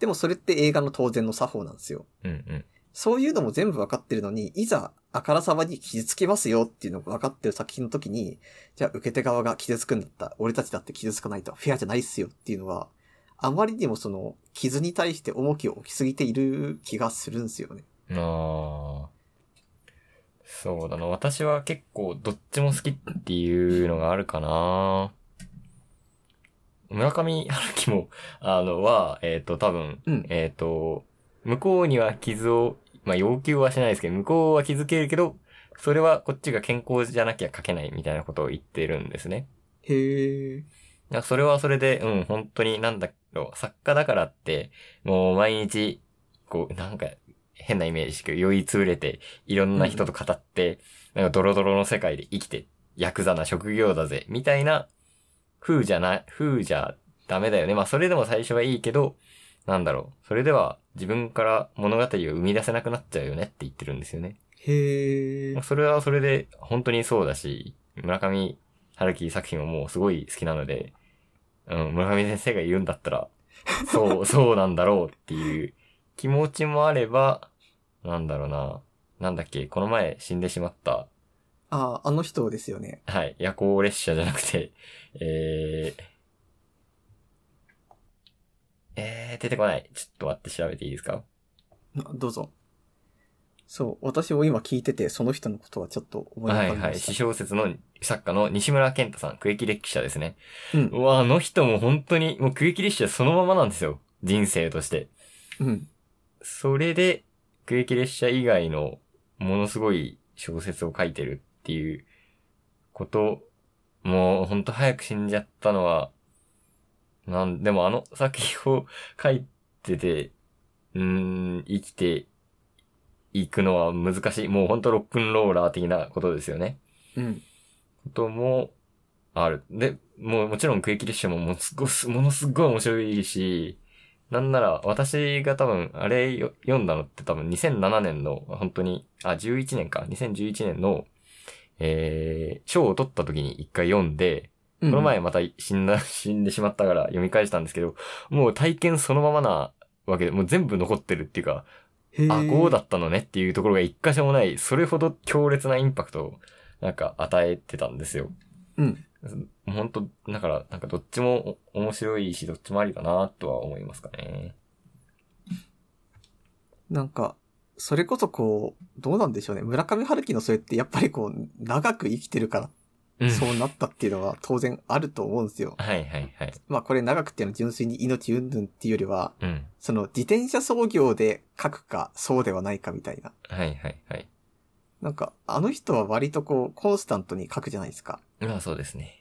[SPEAKER 1] でもそれって映画の当然の作法なんですよ。
[SPEAKER 2] うんうん。
[SPEAKER 1] そういうのも全部わかってるのに、いざ、あからさまに傷つきますよっていうのがわかってる作品の時に、じゃあ受け手側が傷つくんだった。俺たちだって傷つかないと。フェアじゃないっすよっていうのは、あまりにもその、傷に対して重きを置きすぎている気がするんですよね。
[SPEAKER 2] あーそうだな。私は結構どっちも好きっていうのがあるかな。村上春樹も、 あの、は、えっ、と、多分、
[SPEAKER 1] うん。
[SPEAKER 2] えっ、と、向こうには傷を、まあ、要求はしないですけど、向こうは気づけるけど、それはこっちが健康じゃなきゃ書けないみたいなことを言ってるんですね。
[SPEAKER 1] へえ。
[SPEAKER 2] なんかそれはそれで、うん、本当になんだろう、作家だからって、もう毎日、こう、なんか、変なイメージですけど、酔いつぶれて、いろんな人と語って、なんかドロドロの世界で生きて、ヤクザな職業だぜ、みたいな、風じゃな、風じゃダメだよね。まあそれでも最初はいいけど、なんだろう、それでは自分から物語を生み出せなくなっちゃうよねって言ってるんですよね。
[SPEAKER 1] へえ
[SPEAKER 2] まあ。それはそれで本当にそうだし、村上春樹作品はもうすごい好きなので、うん、村上先生がいるんだっ たら、そう、そうなんだろうっていう気持ちもあれば、なんだろうな、なんだっけ、この前死んでしまった、
[SPEAKER 1] ああ、あの人ですよね。
[SPEAKER 2] はい、夜行列車じゃなくて、えー、えー、出てこない。ちょっと待って調べていいですか
[SPEAKER 1] などうぞ。そう、私も今聞いてて、その人のことはちょっと思い浮
[SPEAKER 2] は
[SPEAKER 1] か
[SPEAKER 2] い
[SPEAKER 1] び
[SPEAKER 2] は
[SPEAKER 1] ま
[SPEAKER 2] い。私
[SPEAKER 1] し
[SPEAKER 2] 小説の作家の西村健太さん、区域列車ですね。
[SPEAKER 1] た。うん
[SPEAKER 2] うわ、あの人も本当に、もう区域列車そのままなんですよ。人生として。
[SPEAKER 1] うん。
[SPEAKER 2] それで、区域列車以外の、ものすごい小説を書いてるっていう、こと、もう本当早く死んじゃったのは、なん、でもあの作品を書いてて、うーん、生きて、いくのは難しい。もう本当ロックンローラー的なことですよね。
[SPEAKER 1] うん。
[SPEAKER 2] こともある。で、もうもちろん区域列車ももうすごすものすごい 面白いし、なんなら私が多分あれよ読んだのって多分2007年の本当に、あ、11年か、2011年の、えー、賞を取った時に一回読んで、
[SPEAKER 1] こ
[SPEAKER 2] この前また死んだ、 死んでしまったから読み返したんですけど、もう体験そのままなわけで、もう全部残ってるっていうか、あ、こうだ。ったのねっていうところが一箇所もない、それほど強烈なインパクトを、なんか与えてたんですよ。
[SPEAKER 1] うん。
[SPEAKER 2] 本当だから、なんかどっちもお面白いし、どっちもありだなとは思いますかね。
[SPEAKER 1] なんか、それこそこう、どうなんでしょうね。村上春樹のそれってやっぱりこう、長く生きてるか
[SPEAKER 2] う
[SPEAKER 1] ら、
[SPEAKER 2] ん。
[SPEAKER 1] そうなったっていうのは当然あると思うんですよ。
[SPEAKER 2] はいはいはい。
[SPEAKER 1] まあこれ長くっていうのは純粋に命云々っていうよりは、
[SPEAKER 2] うん。
[SPEAKER 1] その自転車操業で書くか、そうではないかみたいな。
[SPEAKER 2] はいはいはい。
[SPEAKER 1] なんか、あの人は割とこう、コンスタントに書くじゃないですか。
[SPEAKER 2] まあそうですね。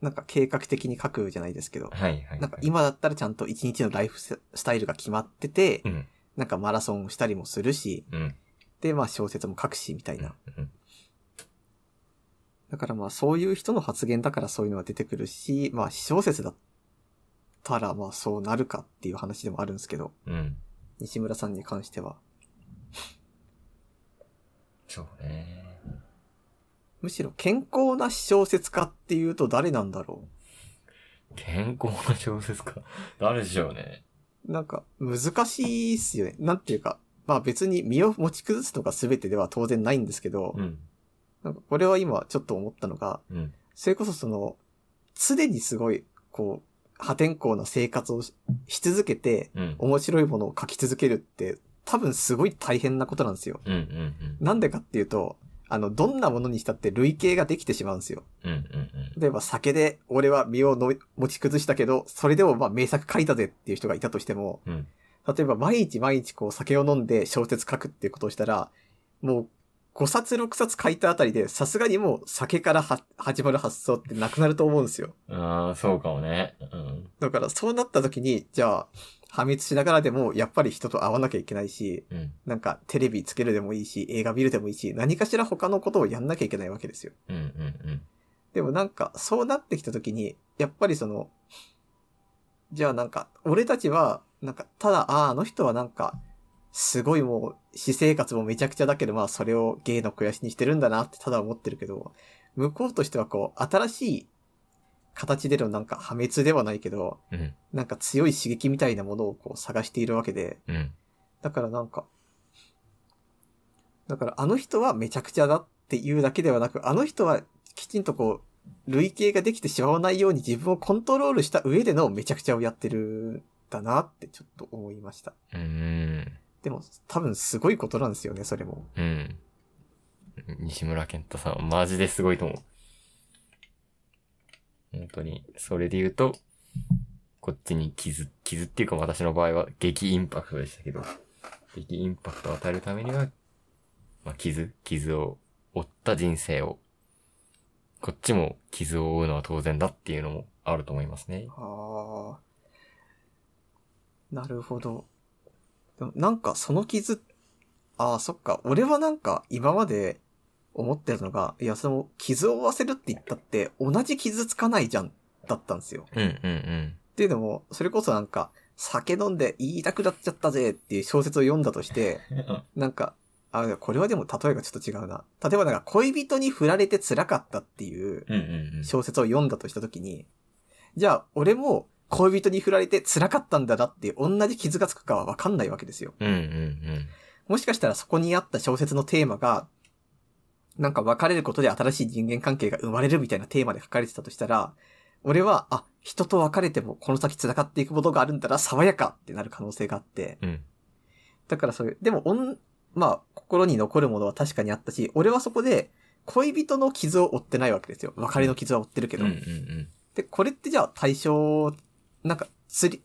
[SPEAKER 1] なんか計画的に書くじゃないですけど。
[SPEAKER 2] はいはい、はい。
[SPEAKER 1] なんか今だったらちゃんと一日のライフスタイルが決まってて
[SPEAKER 2] う、ん。
[SPEAKER 1] なんかマラソンをしたりもするし、
[SPEAKER 2] うん。
[SPEAKER 1] で、まあ小説も書くし、みたい
[SPEAKER 2] うん
[SPEAKER 1] な。。だからまあそういう人の発言だからそういうのは出てくるし、まあ私小説だったらまあそうなるかっていう話でもあるんですけど、
[SPEAKER 2] うん。うん
[SPEAKER 1] 西村さんに関しては。
[SPEAKER 2] そうね。
[SPEAKER 1] むしろ健康な私小説家っていうと誰なんだろ
[SPEAKER 2] 健康な小説家。 誰でしょうね。
[SPEAKER 1] うなんか難しいっすよね。なんていうか、まあ別に身を持ち崩すとか全てでは当然ないんですけど、
[SPEAKER 2] うん。
[SPEAKER 1] なんかこれは今ちょっと思ったのが、
[SPEAKER 2] うん。
[SPEAKER 1] それこそその、常にすごい、こう、破天荒な生活をしし続けて、
[SPEAKER 2] うん。
[SPEAKER 1] 面白いものを書き続けるって、多分すごい大変なことなんですよ。
[SPEAKER 2] うん。うん。
[SPEAKER 1] なんでかっていうと、あの、どんなものにしたって類型ができてしまうんですよ。
[SPEAKER 2] うん。うん。うん。
[SPEAKER 1] 例えば酒で俺は身をの持ち崩したけど、それでもまあ名作書いたぜっていう人がいたとしても、
[SPEAKER 2] うん。
[SPEAKER 1] 例えば毎日毎日こう酒を飲んで小説書くっていうことをしたら、もう5冊6冊書いたあたりで、さすがにもう酒からは始まる発想ってなくなると思うんですよ。
[SPEAKER 2] ああ、そうかもね。うん。
[SPEAKER 1] だからそうなった時に、じゃあ、破滅しながらでも、やっぱり人と会わなきゃいけないし、
[SPEAKER 2] うん。
[SPEAKER 1] なんかテレビつけるでもいいし、映画見るでもいいし、何かしら他のことをやんなきゃいけないわけですよ。
[SPEAKER 2] うん。うん。
[SPEAKER 1] でもなんか、そうなってきた時に、やっぱりその、じゃあなんか、俺たちは、なんか、ただ、ああ、あの人はなんか、すごいもう、私生活もめちゃくちゃだけど、まあ、それを芸の肥やしにしてるんだなって、ただ思ってるけど、向こうとしてはこう、新しい形でのなんか破滅ではないけど、
[SPEAKER 2] うん。
[SPEAKER 1] なんか強い刺激みたいなものをこう探しているわけで、
[SPEAKER 2] うん。
[SPEAKER 1] だからなんか、だからあの人はめちゃくちゃだっていうだけではなく、あの人はきちんとこう、類型ができてしまわないように自分をコントロールした上でのめちゃくちゃをやってるんだなってちょっと思いました。
[SPEAKER 2] うん。
[SPEAKER 1] でも多分すごいことなんですよね、それも。
[SPEAKER 2] うん。西村健太さん、マジですごいと思う。本当に、それで言うと、こっちに傷、傷っていうか私の場合は激インパクトでしたけど、激インパクトを与えるためには、まあ、傷、傷を負った人生を、こっちも傷を負うのは当然だっていうのもあると思いますね。
[SPEAKER 1] ああ。なるほど。でもなんかその傷、ああ、そっか。俺はなんか今まで思ってたのが、いや、その傷を負わせるって言ったって同じ傷つかないじゃん、だったんですよ。
[SPEAKER 2] うんうん うん。
[SPEAKER 1] っていうのも、それこそなんか、酒飲んで言いたくなっちゃったぜっていう小説を読んだとして、なんか、あ、これはでも例えがちょっと違うな。例えばなんか恋人に振られて辛かったっていう、
[SPEAKER 2] うんうんうん。
[SPEAKER 1] 小説を読んだとしたときに、じゃあ、俺も恋人に振られて辛かったんだなっていう同じ傷がつくかはわかんないわけですよ。
[SPEAKER 2] うんうんうん。
[SPEAKER 1] もしかしたらそこにあった小説のテーマが、なんか別れることで新しい人間関係が生まれるみたいなテーマで書かれてたとしたら、俺は、あ、人と別れてもこの先繋がっていくことがあるんだな、爽やかってなる可能性があって、
[SPEAKER 2] うん。
[SPEAKER 1] だからそういう、でも、おん、まあ、心に残るものは確かにあったし、俺はそこで恋人の傷を負ってないわけですよ。別れの傷は負ってるけ
[SPEAKER 2] うんう
[SPEAKER 1] ど。
[SPEAKER 2] んうん。
[SPEAKER 1] で、これってじゃあ対象、なんか、釣り、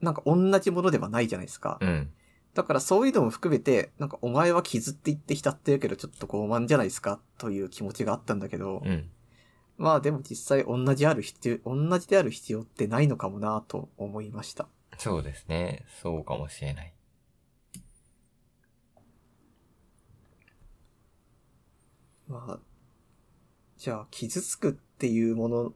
[SPEAKER 1] なんか同じものではないじゃないですか。
[SPEAKER 2] うん。
[SPEAKER 1] だからそういうのも含めて、なんかお前は傷って言って浸ってるけどちょっと傲慢じゃないですかという気持ちがあったんだけど、
[SPEAKER 2] うん。
[SPEAKER 1] まあでも実際同じある必要、同じである必要ってないのかもなと思いました。
[SPEAKER 2] そうですね。そうかもしれない。
[SPEAKER 1] まあ、じゃあ傷つくっていうもの、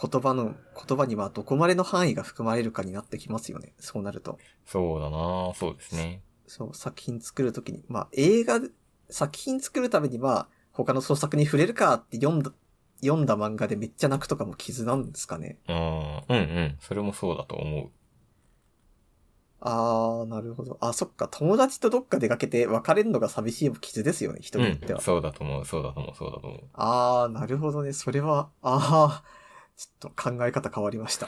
[SPEAKER 1] 言葉の、言葉にはどこまでの範囲が含まれるかになってきますよね。そうなると。
[SPEAKER 2] そうだなそうですね。
[SPEAKER 1] そう、作品作るときに、まあ映画、作品作るためには他の創作に触れるかって読んだ、読んだ漫画でめっちゃ泣くとかも傷なんですかね。
[SPEAKER 2] うん、うんうん。それもそうだと思
[SPEAKER 1] あー、なるほど。あ、そっか、友達とどっか出かけて別れるのが寂しいも傷ですよね、
[SPEAKER 2] う。
[SPEAKER 1] 人
[SPEAKER 2] う
[SPEAKER 1] によって
[SPEAKER 2] ん。
[SPEAKER 1] は。
[SPEAKER 2] そうだと思う、そうだと思う、そうだと思う。、
[SPEAKER 1] あー、なるほどね。それは、あー、ちょっと考え方変わりました。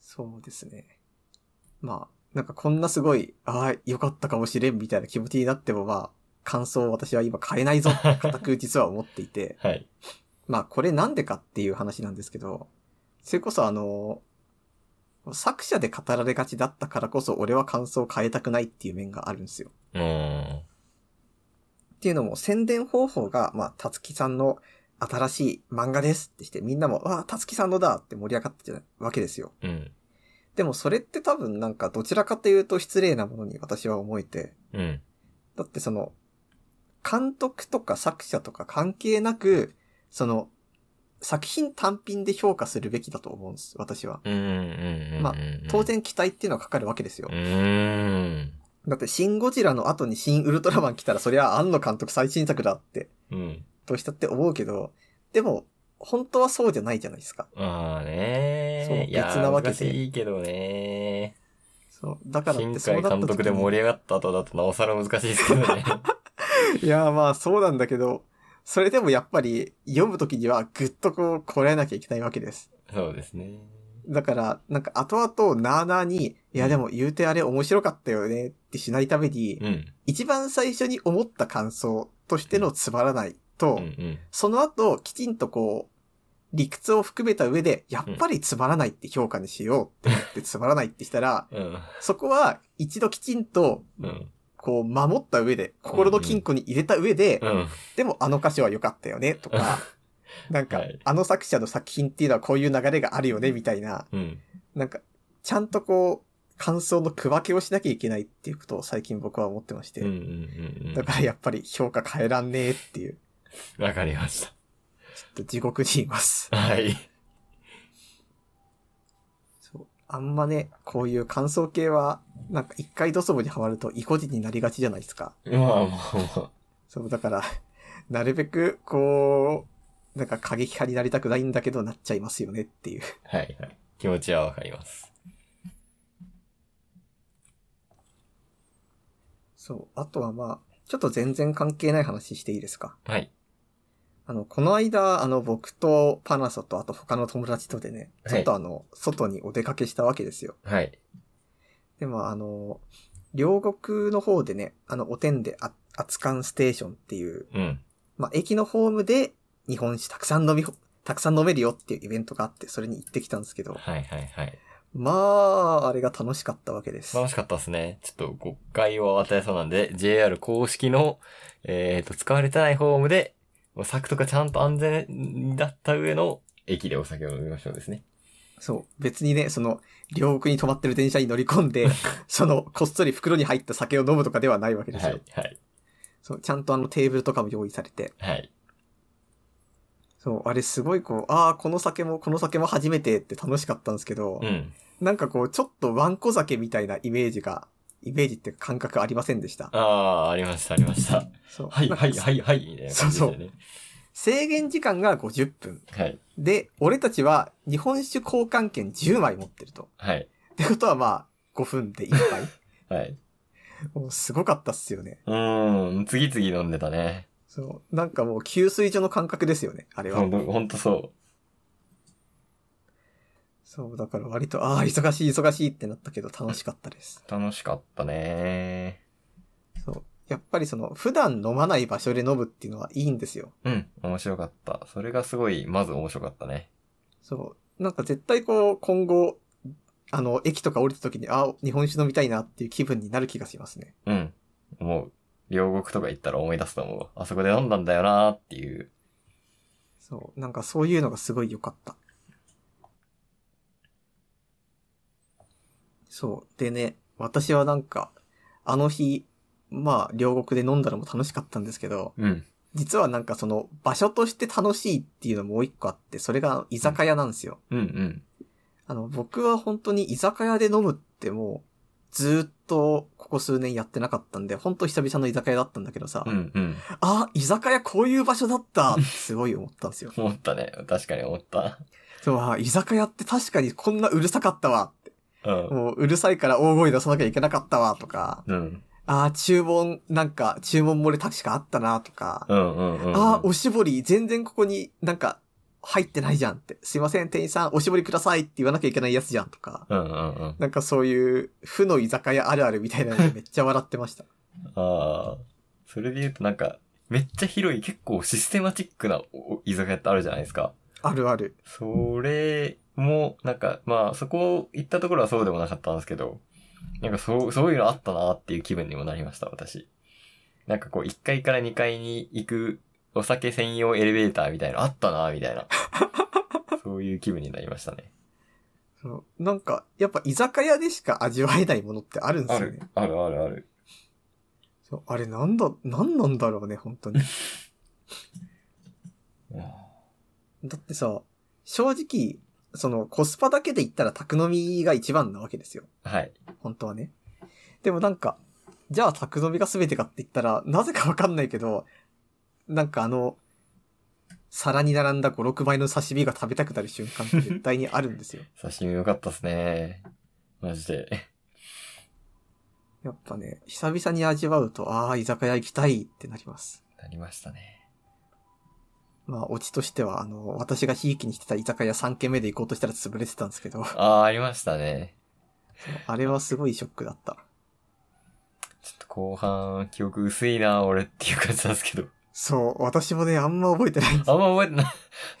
[SPEAKER 1] そうですね。まあ、なんかこんなすごい、ああ、良かったかもしれんみたいな気持ちになってもまあ、感想を私は今変えないぞって固く実は思っていて
[SPEAKER 2] はい。
[SPEAKER 1] まあこれなんでかっていう話なんですけど、それこそあの、作者で語られがちだったからこそ俺は感想を変えたくないっていう面があるんですよ。
[SPEAKER 2] うん。
[SPEAKER 1] っていうのも宣伝方法が、まあ、たつきさんの新しい漫画ですってして、みんなも、わあ、たつきさんのだって盛り上がってたわけですよ。
[SPEAKER 2] うん。
[SPEAKER 1] でもそれって多分なんかどちらかというと失礼なものに私は思えて、
[SPEAKER 2] うん。
[SPEAKER 1] だってその、監督とか作者とか関係なく、その、作品単品で評価するべきだと思うんです、私は。
[SPEAKER 2] うん。うん。うん。
[SPEAKER 1] まあ当。然期待っていうのはかかるわけですよ
[SPEAKER 2] う。ん。
[SPEAKER 1] だって、シン・ゴジラの後にシン・ウルトラマン来たら、そりゃ、庵野監督最新作だって
[SPEAKER 2] うん。
[SPEAKER 1] としたって思うけど、でも、本当はそうじゃないじゃないですか。
[SPEAKER 2] まあね
[SPEAKER 1] そう
[SPEAKER 2] いや
[SPEAKER 1] 別なわけで
[SPEAKER 2] 難しいけどね
[SPEAKER 1] そう。だからっ
[SPEAKER 2] 新
[SPEAKER 1] てそう
[SPEAKER 2] 海
[SPEAKER 1] なった時
[SPEAKER 2] 監
[SPEAKER 1] に
[SPEAKER 2] 督で盛り上がった後だとなおさら難しいですけどね。
[SPEAKER 1] いや、まあそうなんだけど、それでもやっぱり読む時にはぐっとこう、こらえなきゃいけないわけです。
[SPEAKER 2] そうですね。
[SPEAKER 1] だから、なんか後々、なあなあに、いやでも言うてあれ面白かったよねってしないために、
[SPEAKER 2] うん。
[SPEAKER 1] 一番最初に思った感想としてのつまらないと、
[SPEAKER 2] うんうん。
[SPEAKER 1] その後、きちんとこう、理屈を含めた上で、やっぱりつまらないって評価にしようって思ってつまらないってしたら、
[SPEAKER 2] うん。
[SPEAKER 1] そこは一度きちんと、
[SPEAKER 2] うん。
[SPEAKER 1] こう、守った上で、心の金庫に入れた上で、
[SPEAKER 2] うん。
[SPEAKER 1] でもあの歌詞は良かったよね、とか、なんか、
[SPEAKER 2] はい
[SPEAKER 1] あの作者の作品っていうのはこういう流れがあるよね、みたいな、
[SPEAKER 2] うん。
[SPEAKER 1] なんか、ちゃんとこう、感想の区分けをしなきゃいけないっていうことを最近僕は思ってまして、
[SPEAKER 2] うん。うん。うん
[SPEAKER 1] だからやっぱり評価変えらんねえっていう、
[SPEAKER 2] わかりまし
[SPEAKER 1] ちょっと地獄にいます。
[SPEAKER 2] た。はい。
[SPEAKER 1] そうあんまね、こういう感想系は、なんか一回ドソボにハマると意固地になりがちじゃないですか。
[SPEAKER 2] まあまあまあ。
[SPEAKER 1] そう、だから、 なるべく、こう、なんか過激派になりたくないんだけど、なっちゃいますよねっていう。
[SPEAKER 2] はいはい。気持ちはわかります。
[SPEAKER 1] そう。あとはまあ、ちょっと全然関係ない話していいですか
[SPEAKER 2] はい。
[SPEAKER 1] あの、この間、あの、僕とパナソとあと他の友達とでね、
[SPEAKER 2] はい
[SPEAKER 1] ちょっとあの、外にお出かけしたわけですよ。
[SPEAKER 2] はい。
[SPEAKER 1] でもあの、両国の方でね、あの、お天であ、扱うステーションっていう、
[SPEAKER 2] うん。
[SPEAKER 1] まあ、駅のホームで日本酒たくさん飲みほ、たくさん飲めるよっていうイベントがあって、それに行ってきたんですけど、
[SPEAKER 2] はいはいはい。
[SPEAKER 1] まあ、あれが楽しかったわけです。
[SPEAKER 2] 楽しかったですね。ちょっと誤解を与えそうなんで、JR 公式の、えっ、と、使われてないホームで、お酒とかちゃんと安全だった上の駅でお酒を飲みましょうですね。
[SPEAKER 1] そう。別にね、その、両国に止まってる電車に乗り込ん で、その、こっそり袋に入った酒を飲むとかではないわけです
[SPEAKER 2] は
[SPEAKER 1] よ。
[SPEAKER 2] いはい。
[SPEAKER 1] そう、ちゃんとあのテーブルとかも用意されて、
[SPEAKER 2] はい。
[SPEAKER 1] そう、あれすごいこう、ああ、この酒もこの酒も初めてって楽しかったんですけど、
[SPEAKER 2] うん。
[SPEAKER 1] なんかこう、ちょっとワンコ酒みたいなイメージが、イメージっていうか感覚ありませんでした。
[SPEAKER 2] ああ、ありましたありました。
[SPEAKER 1] そう。
[SPEAKER 2] はい
[SPEAKER 1] なん
[SPEAKER 2] は
[SPEAKER 1] か
[SPEAKER 2] いはいはい。みたいな感じでしたね。
[SPEAKER 1] 制限時間が50分。
[SPEAKER 2] はい。
[SPEAKER 1] で、俺たちは日本酒交換券10枚持ってると。
[SPEAKER 2] はい。
[SPEAKER 1] ってことはまあ、5分で1杯。
[SPEAKER 2] はい。
[SPEAKER 1] もうすごかったっすよね。
[SPEAKER 2] うーん。次々飲んでたね。
[SPEAKER 1] そう。なんかもう給水所の感覚ですよね、あれ
[SPEAKER 2] ほ
[SPEAKER 1] は
[SPEAKER 2] ん。と、ほんとそ
[SPEAKER 1] そう、だから割と、ああ、忙しい忙しいってなったけど楽しかったです。
[SPEAKER 2] う。楽しかったね。
[SPEAKER 1] そう。やっぱりその、普段飲まない場所で飲むっていうのはいいんですよ。
[SPEAKER 2] うん。面白かった。それがすごい、まず面白かったね。
[SPEAKER 1] そう。なんか絶対こう、今後、あの、駅とか降りた時に、ああ、日本酒飲みたいなっていう気分になる気がしますね。
[SPEAKER 2] うん。思う。両国とか行ったら思い出すと思うわ。あそこで飲んだんだよなーっていう。
[SPEAKER 1] そう。なんかそういうのがすごい良かった。そう。でね、私はなんか、あの日、まあ、両国で飲んだのも楽しかったんですけど、
[SPEAKER 2] うん。
[SPEAKER 1] 実はなんかその、場所として楽しいっていうのもう一個あって、それが居酒屋なんですよ。
[SPEAKER 2] うんうん。
[SPEAKER 1] あの、僕は本当に居酒屋で飲むってもう、ずーっとここ数年やってなかったんで、本当久々の居酒屋だったんだけどさ、
[SPEAKER 2] うんうん。。
[SPEAKER 1] あ、居酒屋こういう場所だったってすごい思ったんですよ
[SPEAKER 2] 思ったね。確かに思った。
[SPEAKER 1] そう、あ居酒屋って確かにこんなうるさかったわって。
[SPEAKER 2] うん。
[SPEAKER 1] もううるさいから大声出さなきゃいけなかったわとか、
[SPEAKER 2] うん。
[SPEAKER 1] あ、注文、なんか注文漏れ確かあったなとか、
[SPEAKER 2] うんうんうんうん。
[SPEAKER 1] あ、おしぼり全然ここになんか入ってないじゃんって、すいません店員さんおしぼりくださいって言わなきゃいけないやつじゃんとか、
[SPEAKER 2] うんうんうん。
[SPEAKER 1] なんかそういう、負の居酒屋あるあるみたいなのでめっちゃ笑ってま した。
[SPEAKER 2] ああ。それで言うとなんか、めっちゃ広い、結構システマチックなお居酒屋ってあるじゃないですか。
[SPEAKER 1] あるある。
[SPEAKER 2] それも、なんか、まあ、そこ行ったところはそうでもなかったんですけど、なんかそう、そういうのあったなっていう気分にもなりました、私。なんかこう、1階から2階に行くお酒専用エレベーターみたいなのあったなみたい な。そういう気分になりましたね。
[SPEAKER 1] そうなんか、やっぱ居酒屋でしか味わえないものってあるんで
[SPEAKER 2] あ
[SPEAKER 1] すよ
[SPEAKER 2] る
[SPEAKER 1] ね。、
[SPEAKER 2] あるあるある。
[SPEAKER 1] そうあれなんだ、なんなんだろうね、本当 に。だってさ、正直、そのコスパだけで言ったら宅飲みが一番なわけですよ。
[SPEAKER 2] はい。
[SPEAKER 1] 本当はね。でもなんか、じゃあ宅飲みが全てかって言ったら、なぜかわかんないけど、なんかあの、皿に並んだ5、6倍の刺身が食べたくなる瞬間って絶対にあるんですよ。
[SPEAKER 2] 刺身良かったっすね。マジで。
[SPEAKER 1] やっぱね、久々に味わうと、ああ、居酒屋行きたいってなります。
[SPEAKER 2] なりましたね。
[SPEAKER 1] まあ、オチとしては、あの、私がひいきにしてた居酒屋3軒目で行こうとしたら潰れてたんですけど、
[SPEAKER 2] ああ、ありましたね。
[SPEAKER 1] あれはすごいショックだった。
[SPEAKER 2] ちょっと後半、記憶薄いな、俺っていう感じなんですけど。
[SPEAKER 1] そう、私もね、あんま覚えてないんです
[SPEAKER 2] あんま覚えてない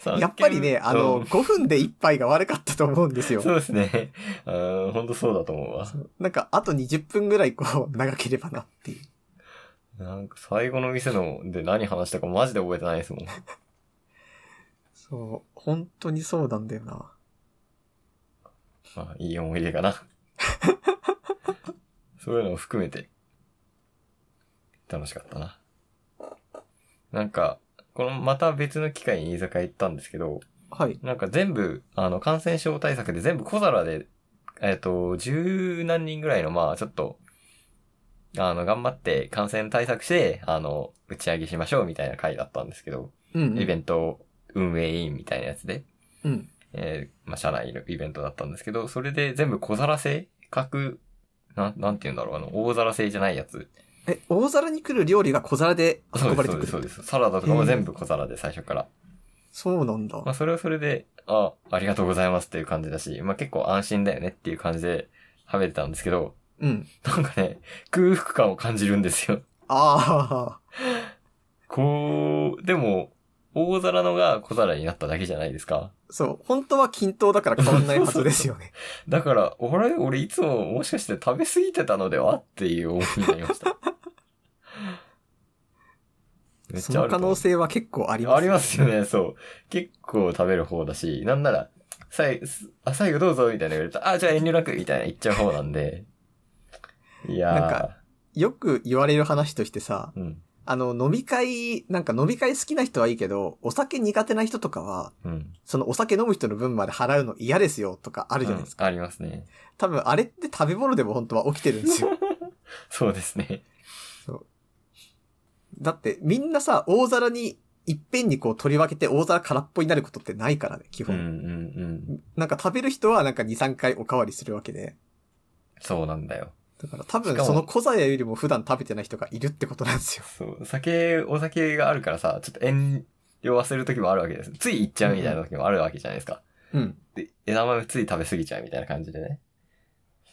[SPEAKER 2] 三軒目。
[SPEAKER 1] やっぱりね、あ
[SPEAKER 2] う
[SPEAKER 1] の、
[SPEAKER 2] ん
[SPEAKER 1] 5分で1杯が悪かったと思うんですよ。
[SPEAKER 2] そうですね。 うん、ほんとそうだと思うわ。
[SPEAKER 1] なんか、あと20分ぐらいこう、 長ければなっていう。
[SPEAKER 2] なんか最後の店ので何話したかマジで覚えてないですもん。
[SPEAKER 1] そう、本当にそうなんだよな。
[SPEAKER 2] まあ、いい思い出かな。 そういうのを含めて、楽しかったな。なんか、この、また別の機会に居酒屋行ったんですけど、
[SPEAKER 1] はい。
[SPEAKER 2] なんか全部、あの、感染症対策で全部小皿で、えっ、と、十何人ぐらいの、まあ、ちょっと、あの、頑張って感染対策して、あの、打ち上げしましょうみたいな回だったんですけど、
[SPEAKER 1] うん、
[SPEAKER 2] イベ
[SPEAKER 1] ン
[SPEAKER 2] ント運営委員みたいなやつで、
[SPEAKER 1] ト。うん。
[SPEAKER 2] えーまあ、社内のイベントだったんですけど、それで全部小皿製各、なん、なんて言うんだろう、あの、大皿製じゃないやつ。
[SPEAKER 1] え、大皿に来る料理が小皿で
[SPEAKER 2] そう
[SPEAKER 1] 運ば
[SPEAKER 2] で
[SPEAKER 1] れ
[SPEAKER 2] す、
[SPEAKER 1] て
[SPEAKER 2] そ
[SPEAKER 1] く
[SPEAKER 2] う
[SPEAKER 1] る。
[SPEAKER 2] です、そうです。サラダとかも全部小皿で最初から。
[SPEAKER 1] そうなんだ。
[SPEAKER 2] まあ、それはそれで、あ、ありがとうございますっていう感じだし、まあ、結構安心だよねっていう感じで食べてたんですけど、
[SPEAKER 1] うん。
[SPEAKER 2] なんかね、空腹感を感じるんですよ。
[SPEAKER 1] ああ、
[SPEAKER 2] こう、でも、大皿のが小皿になっただけじゃないですか。
[SPEAKER 1] そう。本当は均等だから変わんないはずですよね。
[SPEAKER 2] だから、俺、俺いつももしかして食べ過ぎてたのではっていう思いになりました。 めっ
[SPEAKER 1] そ
[SPEAKER 2] ちゃあ
[SPEAKER 1] の
[SPEAKER 2] る
[SPEAKER 1] 可
[SPEAKER 2] と思う
[SPEAKER 1] 能性は結構あります。
[SPEAKER 2] あります よね、そう。結構食べる方だし、なんなら、さい、すあ、最後どうぞ、みたいな言われたら、あ、じゃあ遠慮なく、みたいな言っちゃう方なんで。いやー。
[SPEAKER 1] なんかよく言われる話としてさ、
[SPEAKER 2] うん、
[SPEAKER 1] あの、飲み会、なんか飲み会好きな人はいいけど、お酒苦手な人とかは、
[SPEAKER 2] うん。
[SPEAKER 1] そのお酒飲む人の分まで払うの嫌ですよとかあ
[SPEAKER 2] あ
[SPEAKER 1] るじゃないですか。
[SPEAKER 2] か。ありますね。
[SPEAKER 1] 多分あれって食べ物でも本当は起きてるんですよ。
[SPEAKER 2] そうですね。
[SPEAKER 1] だってみんなさ、大皿にいっぺんにこう取り分けて大皿空っぽになることってないからね、基
[SPEAKER 2] うん、う
[SPEAKER 1] 本。
[SPEAKER 2] ん、うん。
[SPEAKER 1] なんか食べる人はなんか2、3回おかわりするわけで。
[SPEAKER 2] そうなんだよ。
[SPEAKER 1] だから多
[SPEAKER 2] し
[SPEAKER 1] 分
[SPEAKER 2] かも
[SPEAKER 1] その小皿よりも普段食べてない人がいるってことなんですよ。
[SPEAKER 2] そう。酒、お酒があるからさ、ちょっと遠慮はする時もあるわけです。つい行っちゃうみたいな時もあるわけじゃないですか。
[SPEAKER 1] うん。
[SPEAKER 2] で、枝豆つい食べ過ぎちゃうみたいな感じでね。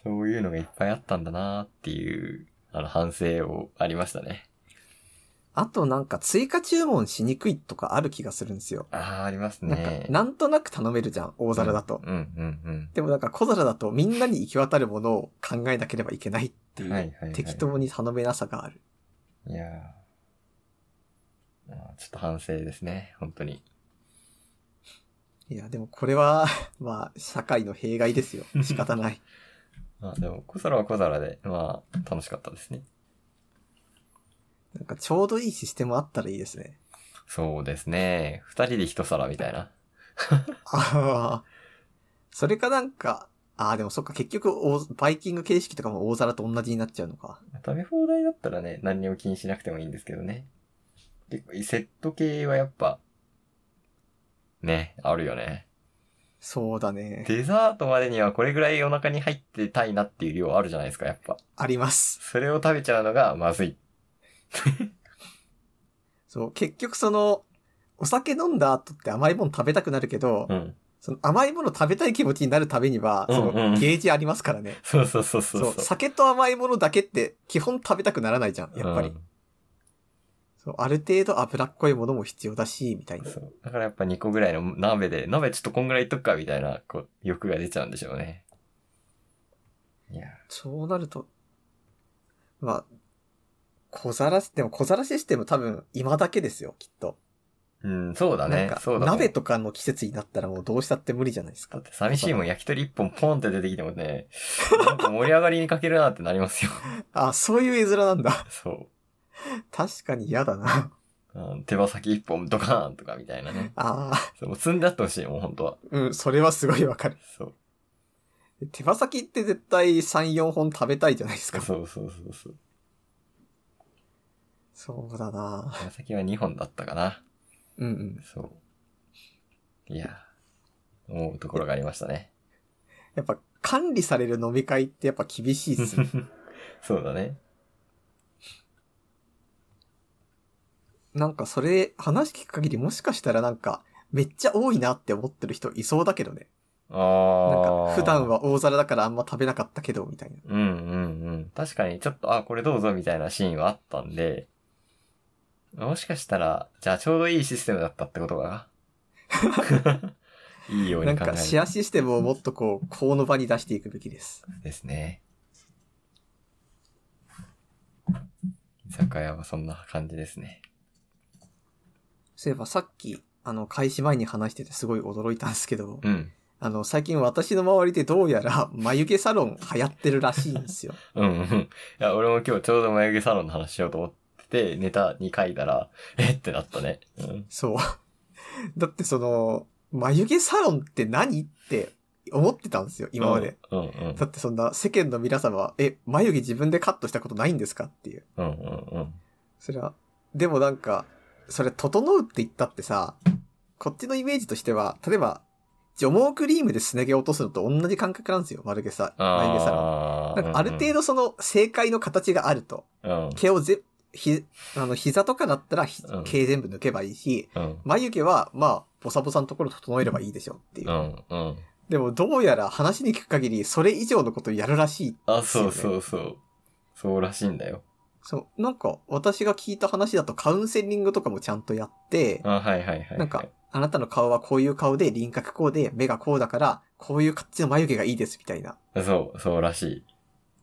[SPEAKER 2] そういうのがいっぱいあったんだなーっていう、あの、反省をありましたね。
[SPEAKER 1] あとなんか追加注文しにくいとかある気がするんですよ。
[SPEAKER 2] ああ、あります
[SPEAKER 1] なんか
[SPEAKER 2] ね。、
[SPEAKER 1] なんとなく頼めるじゃん、大皿だと。
[SPEAKER 2] うんうん
[SPEAKER 1] でもなんか小皿だとみんなに行き渡るものを考えなければいけないって
[SPEAKER 2] う
[SPEAKER 1] い
[SPEAKER 2] ん。はいは
[SPEAKER 1] う、
[SPEAKER 2] い、はい。
[SPEAKER 1] 適当に頼めなさがある。
[SPEAKER 2] いやーまあちょっと反省ですね、本当に。
[SPEAKER 1] いや、でもこれは、 まあ、社会の弊害ですよ。仕方ない。
[SPEAKER 2] まあでも、小皿は小皿で、まあ、楽しかったですね。
[SPEAKER 1] なんかちょうどいいシステムあったらいいですね。
[SPEAKER 2] そうですね。二人で一皿みたいな。
[SPEAKER 1] ああ。それかなんか、ああ、でもそっか、結局大、バイキング形式とかも大皿と同じになっちゃうのか。
[SPEAKER 2] 食べ放題だったらね、何にも気にしなくてもいいんですけどね。結構、セット系はやっぱ、ね、あるよね。
[SPEAKER 1] そうだね。
[SPEAKER 2] デザートまでにはこれぐらいお腹に入ってたいなっていう量あるじゃないですか、やっぱ。
[SPEAKER 1] あります。
[SPEAKER 2] それを食べちゃうのがまずい。
[SPEAKER 1] そう、結局その、お酒飲んだ後って甘いもの食べたくなるけど、
[SPEAKER 2] うん。
[SPEAKER 1] その甘いもの食べたい気持ちになるためには、そ
[SPEAKER 2] うんうんう
[SPEAKER 1] の
[SPEAKER 2] ん
[SPEAKER 1] ゲージありますからね。
[SPEAKER 2] そうそうそうそう
[SPEAKER 1] そう、酒と甘いものだけって基本食べたくならないじゃん、やっぱり。
[SPEAKER 2] うん
[SPEAKER 1] そうある程度脂っこいものも必要だし、みたいな。
[SPEAKER 2] そう。だからやっぱ2個ぐらいの鍋で、鍋ちょっとこんぐらいいっとくかみたいな、こう、欲が出ちゃうんでしょうね。いや、
[SPEAKER 1] そうなると、まあ、小皿し、でも小皿システム多分今だけですよ、きっと。
[SPEAKER 2] うん、そうだ
[SPEAKER 1] なん
[SPEAKER 2] ね
[SPEAKER 1] か。、
[SPEAKER 2] そうだと思う
[SPEAKER 1] 鍋とかの季節になったらもうどうしたって無理じゃないです
[SPEAKER 2] だっ
[SPEAKER 1] か。
[SPEAKER 2] て寂しいもん、焼き鳥1本ポンって出てきても ね、なんか盛り上がりにかけるなってなりますよ。
[SPEAKER 1] あ、そういう絵面なんだ。
[SPEAKER 2] そ
[SPEAKER 1] 確かに嫌だな。
[SPEAKER 2] う。うん手羽先1本ドカーンとかみたいなね。
[SPEAKER 1] ああ、
[SPEAKER 2] そうもう積んであってほしいもん、本当は。
[SPEAKER 1] うん、それはすごいわかる。
[SPEAKER 2] そう。
[SPEAKER 1] 手羽先って絶対3、4本食べたいじゃないです
[SPEAKER 2] そう
[SPEAKER 1] か。
[SPEAKER 2] そうそうそう。
[SPEAKER 1] そうだな。
[SPEAKER 2] 手羽先は2本だったかな。
[SPEAKER 1] うんうん。
[SPEAKER 2] そう。いや、思うところがありましたね。
[SPEAKER 1] やっぱ管理される飲み会ってやっぱ厳しいっすね。
[SPEAKER 2] そうだね。
[SPEAKER 1] なんかそれ話聞く限りもしかしたらなんかめっちゃ多いなって思ってる人いそうだけどね。
[SPEAKER 2] ああ。
[SPEAKER 1] なんか普段。は大皿だからあんま食べなかったけどみたいな。
[SPEAKER 2] うんうんうん。確かにちょっと、あ、これどうぞみたいなシーンはあったんで、もしかしたら、じゃあちょうどいいシステムだったってことか な。いいよう
[SPEAKER 1] な
[SPEAKER 2] に
[SPEAKER 1] ん
[SPEAKER 2] 考え
[SPEAKER 1] かシ
[SPEAKER 2] る
[SPEAKER 1] ェアシステムをもっとこう、この場に出していくべきです。
[SPEAKER 2] ですね。居酒屋はそんな感じですね。
[SPEAKER 1] そういえばさっき、あの、開始前に話しててすごい驚いたんですけど、
[SPEAKER 2] うん。
[SPEAKER 1] あの、最近私の周りでどうやら眉毛サロン流行ってるらしいん ですよ。
[SPEAKER 2] うんうん。いや、俺も今日ちょうど眉毛サロンの話しようと思ってて、ネタに書いたら、えってなったね。うん。
[SPEAKER 1] そう。だってその、眉毛サロンって何って思ってたんですよ、今まで。。
[SPEAKER 2] うんうん。
[SPEAKER 1] だってそんな世間の皆様は、え、眉毛自分でカットしたことないんですかっていう。
[SPEAKER 2] うんうん
[SPEAKER 1] それは、でもなんか、それ、整うって言ったってさ、こっちのイメージとしては、例えば、除毛クリームですね毛落とすのと同じ感覚なんですよ、丸毛さ、眉毛さ。
[SPEAKER 2] あ
[SPEAKER 1] なんかある程度その正解の形があると。
[SPEAKER 2] 度。うん
[SPEAKER 1] 毛をぜ、ひ、あの、膝とかだったらひ
[SPEAKER 2] うん
[SPEAKER 1] 毛全部抜けばいいし、
[SPEAKER 2] うん。
[SPEAKER 1] 眉毛は、まあ、ボサボサのところ整えればいいでしょっていう
[SPEAKER 2] う。んうん。
[SPEAKER 1] でも、どうやら話に聞く限り、それ以上のことをやるらしい
[SPEAKER 2] あ、そうそうそう。そうらしいんだよ。
[SPEAKER 1] そう、なんか私が聞いた話だとカウンセリングとかもちゃんとやって、
[SPEAKER 2] あ、はいはいはい。
[SPEAKER 1] なんか、あなたの顔はこういう顔で輪郭こうで目がこうだから、こういう感じの眉毛がいいですみたいな。
[SPEAKER 2] そう、そうらしい。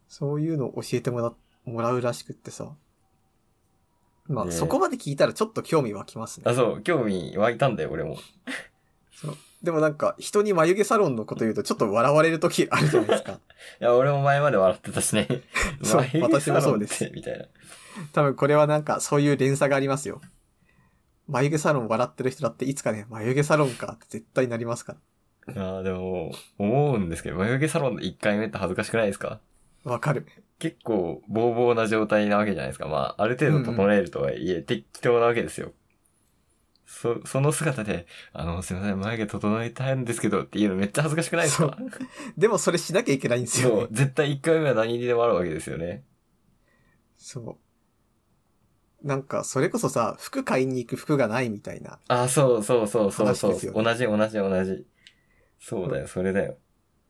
[SPEAKER 1] そういうのを教えてもら、もらうらしくってさ。まあ、
[SPEAKER 2] ねえ
[SPEAKER 1] そこまで聞いたらちょっと興味湧きますね
[SPEAKER 2] あ、。そう、興味湧いたんだよ、俺も。
[SPEAKER 1] でもなんか、人に眉毛サロンのこと言うとちょっと笑われる時あるじゃないです か。
[SPEAKER 2] いや、俺も前まで笑ってたしね。
[SPEAKER 1] そう
[SPEAKER 2] まあ
[SPEAKER 1] 私もそうで。す
[SPEAKER 2] 平気だろってみたいな。
[SPEAKER 1] 多分これはなんか、そういう連鎖がありますよ。眉毛サロン笑ってる人だっていつかね、眉毛サロンかって絶対なりますから。
[SPEAKER 2] ああ、でも、思うんですけど、眉毛サロンの1回目って恥ずかしくないですか
[SPEAKER 1] わかる。
[SPEAKER 2] 結構、ボーボーな状態なわけじゃないですか。まあ、ある程度整えるとはいえ、適当なわけですよ。そ、その姿で、あの、すいません、眉毛整えたいんですけどっていうのめっちゃ恥ずかしくないですか
[SPEAKER 1] でもそれしなきゃいけないんですよ、ね。
[SPEAKER 2] そう、絶対1回目は何にでもあるわけですよね。
[SPEAKER 1] そう。なんか、それこそさ、服買いに行く服がないみたいな。
[SPEAKER 2] あ、そうそうそうそう
[SPEAKER 1] 話
[SPEAKER 2] そう、
[SPEAKER 1] ですよね
[SPEAKER 2] 同じ同じ同じ。そうだよ、それだよ。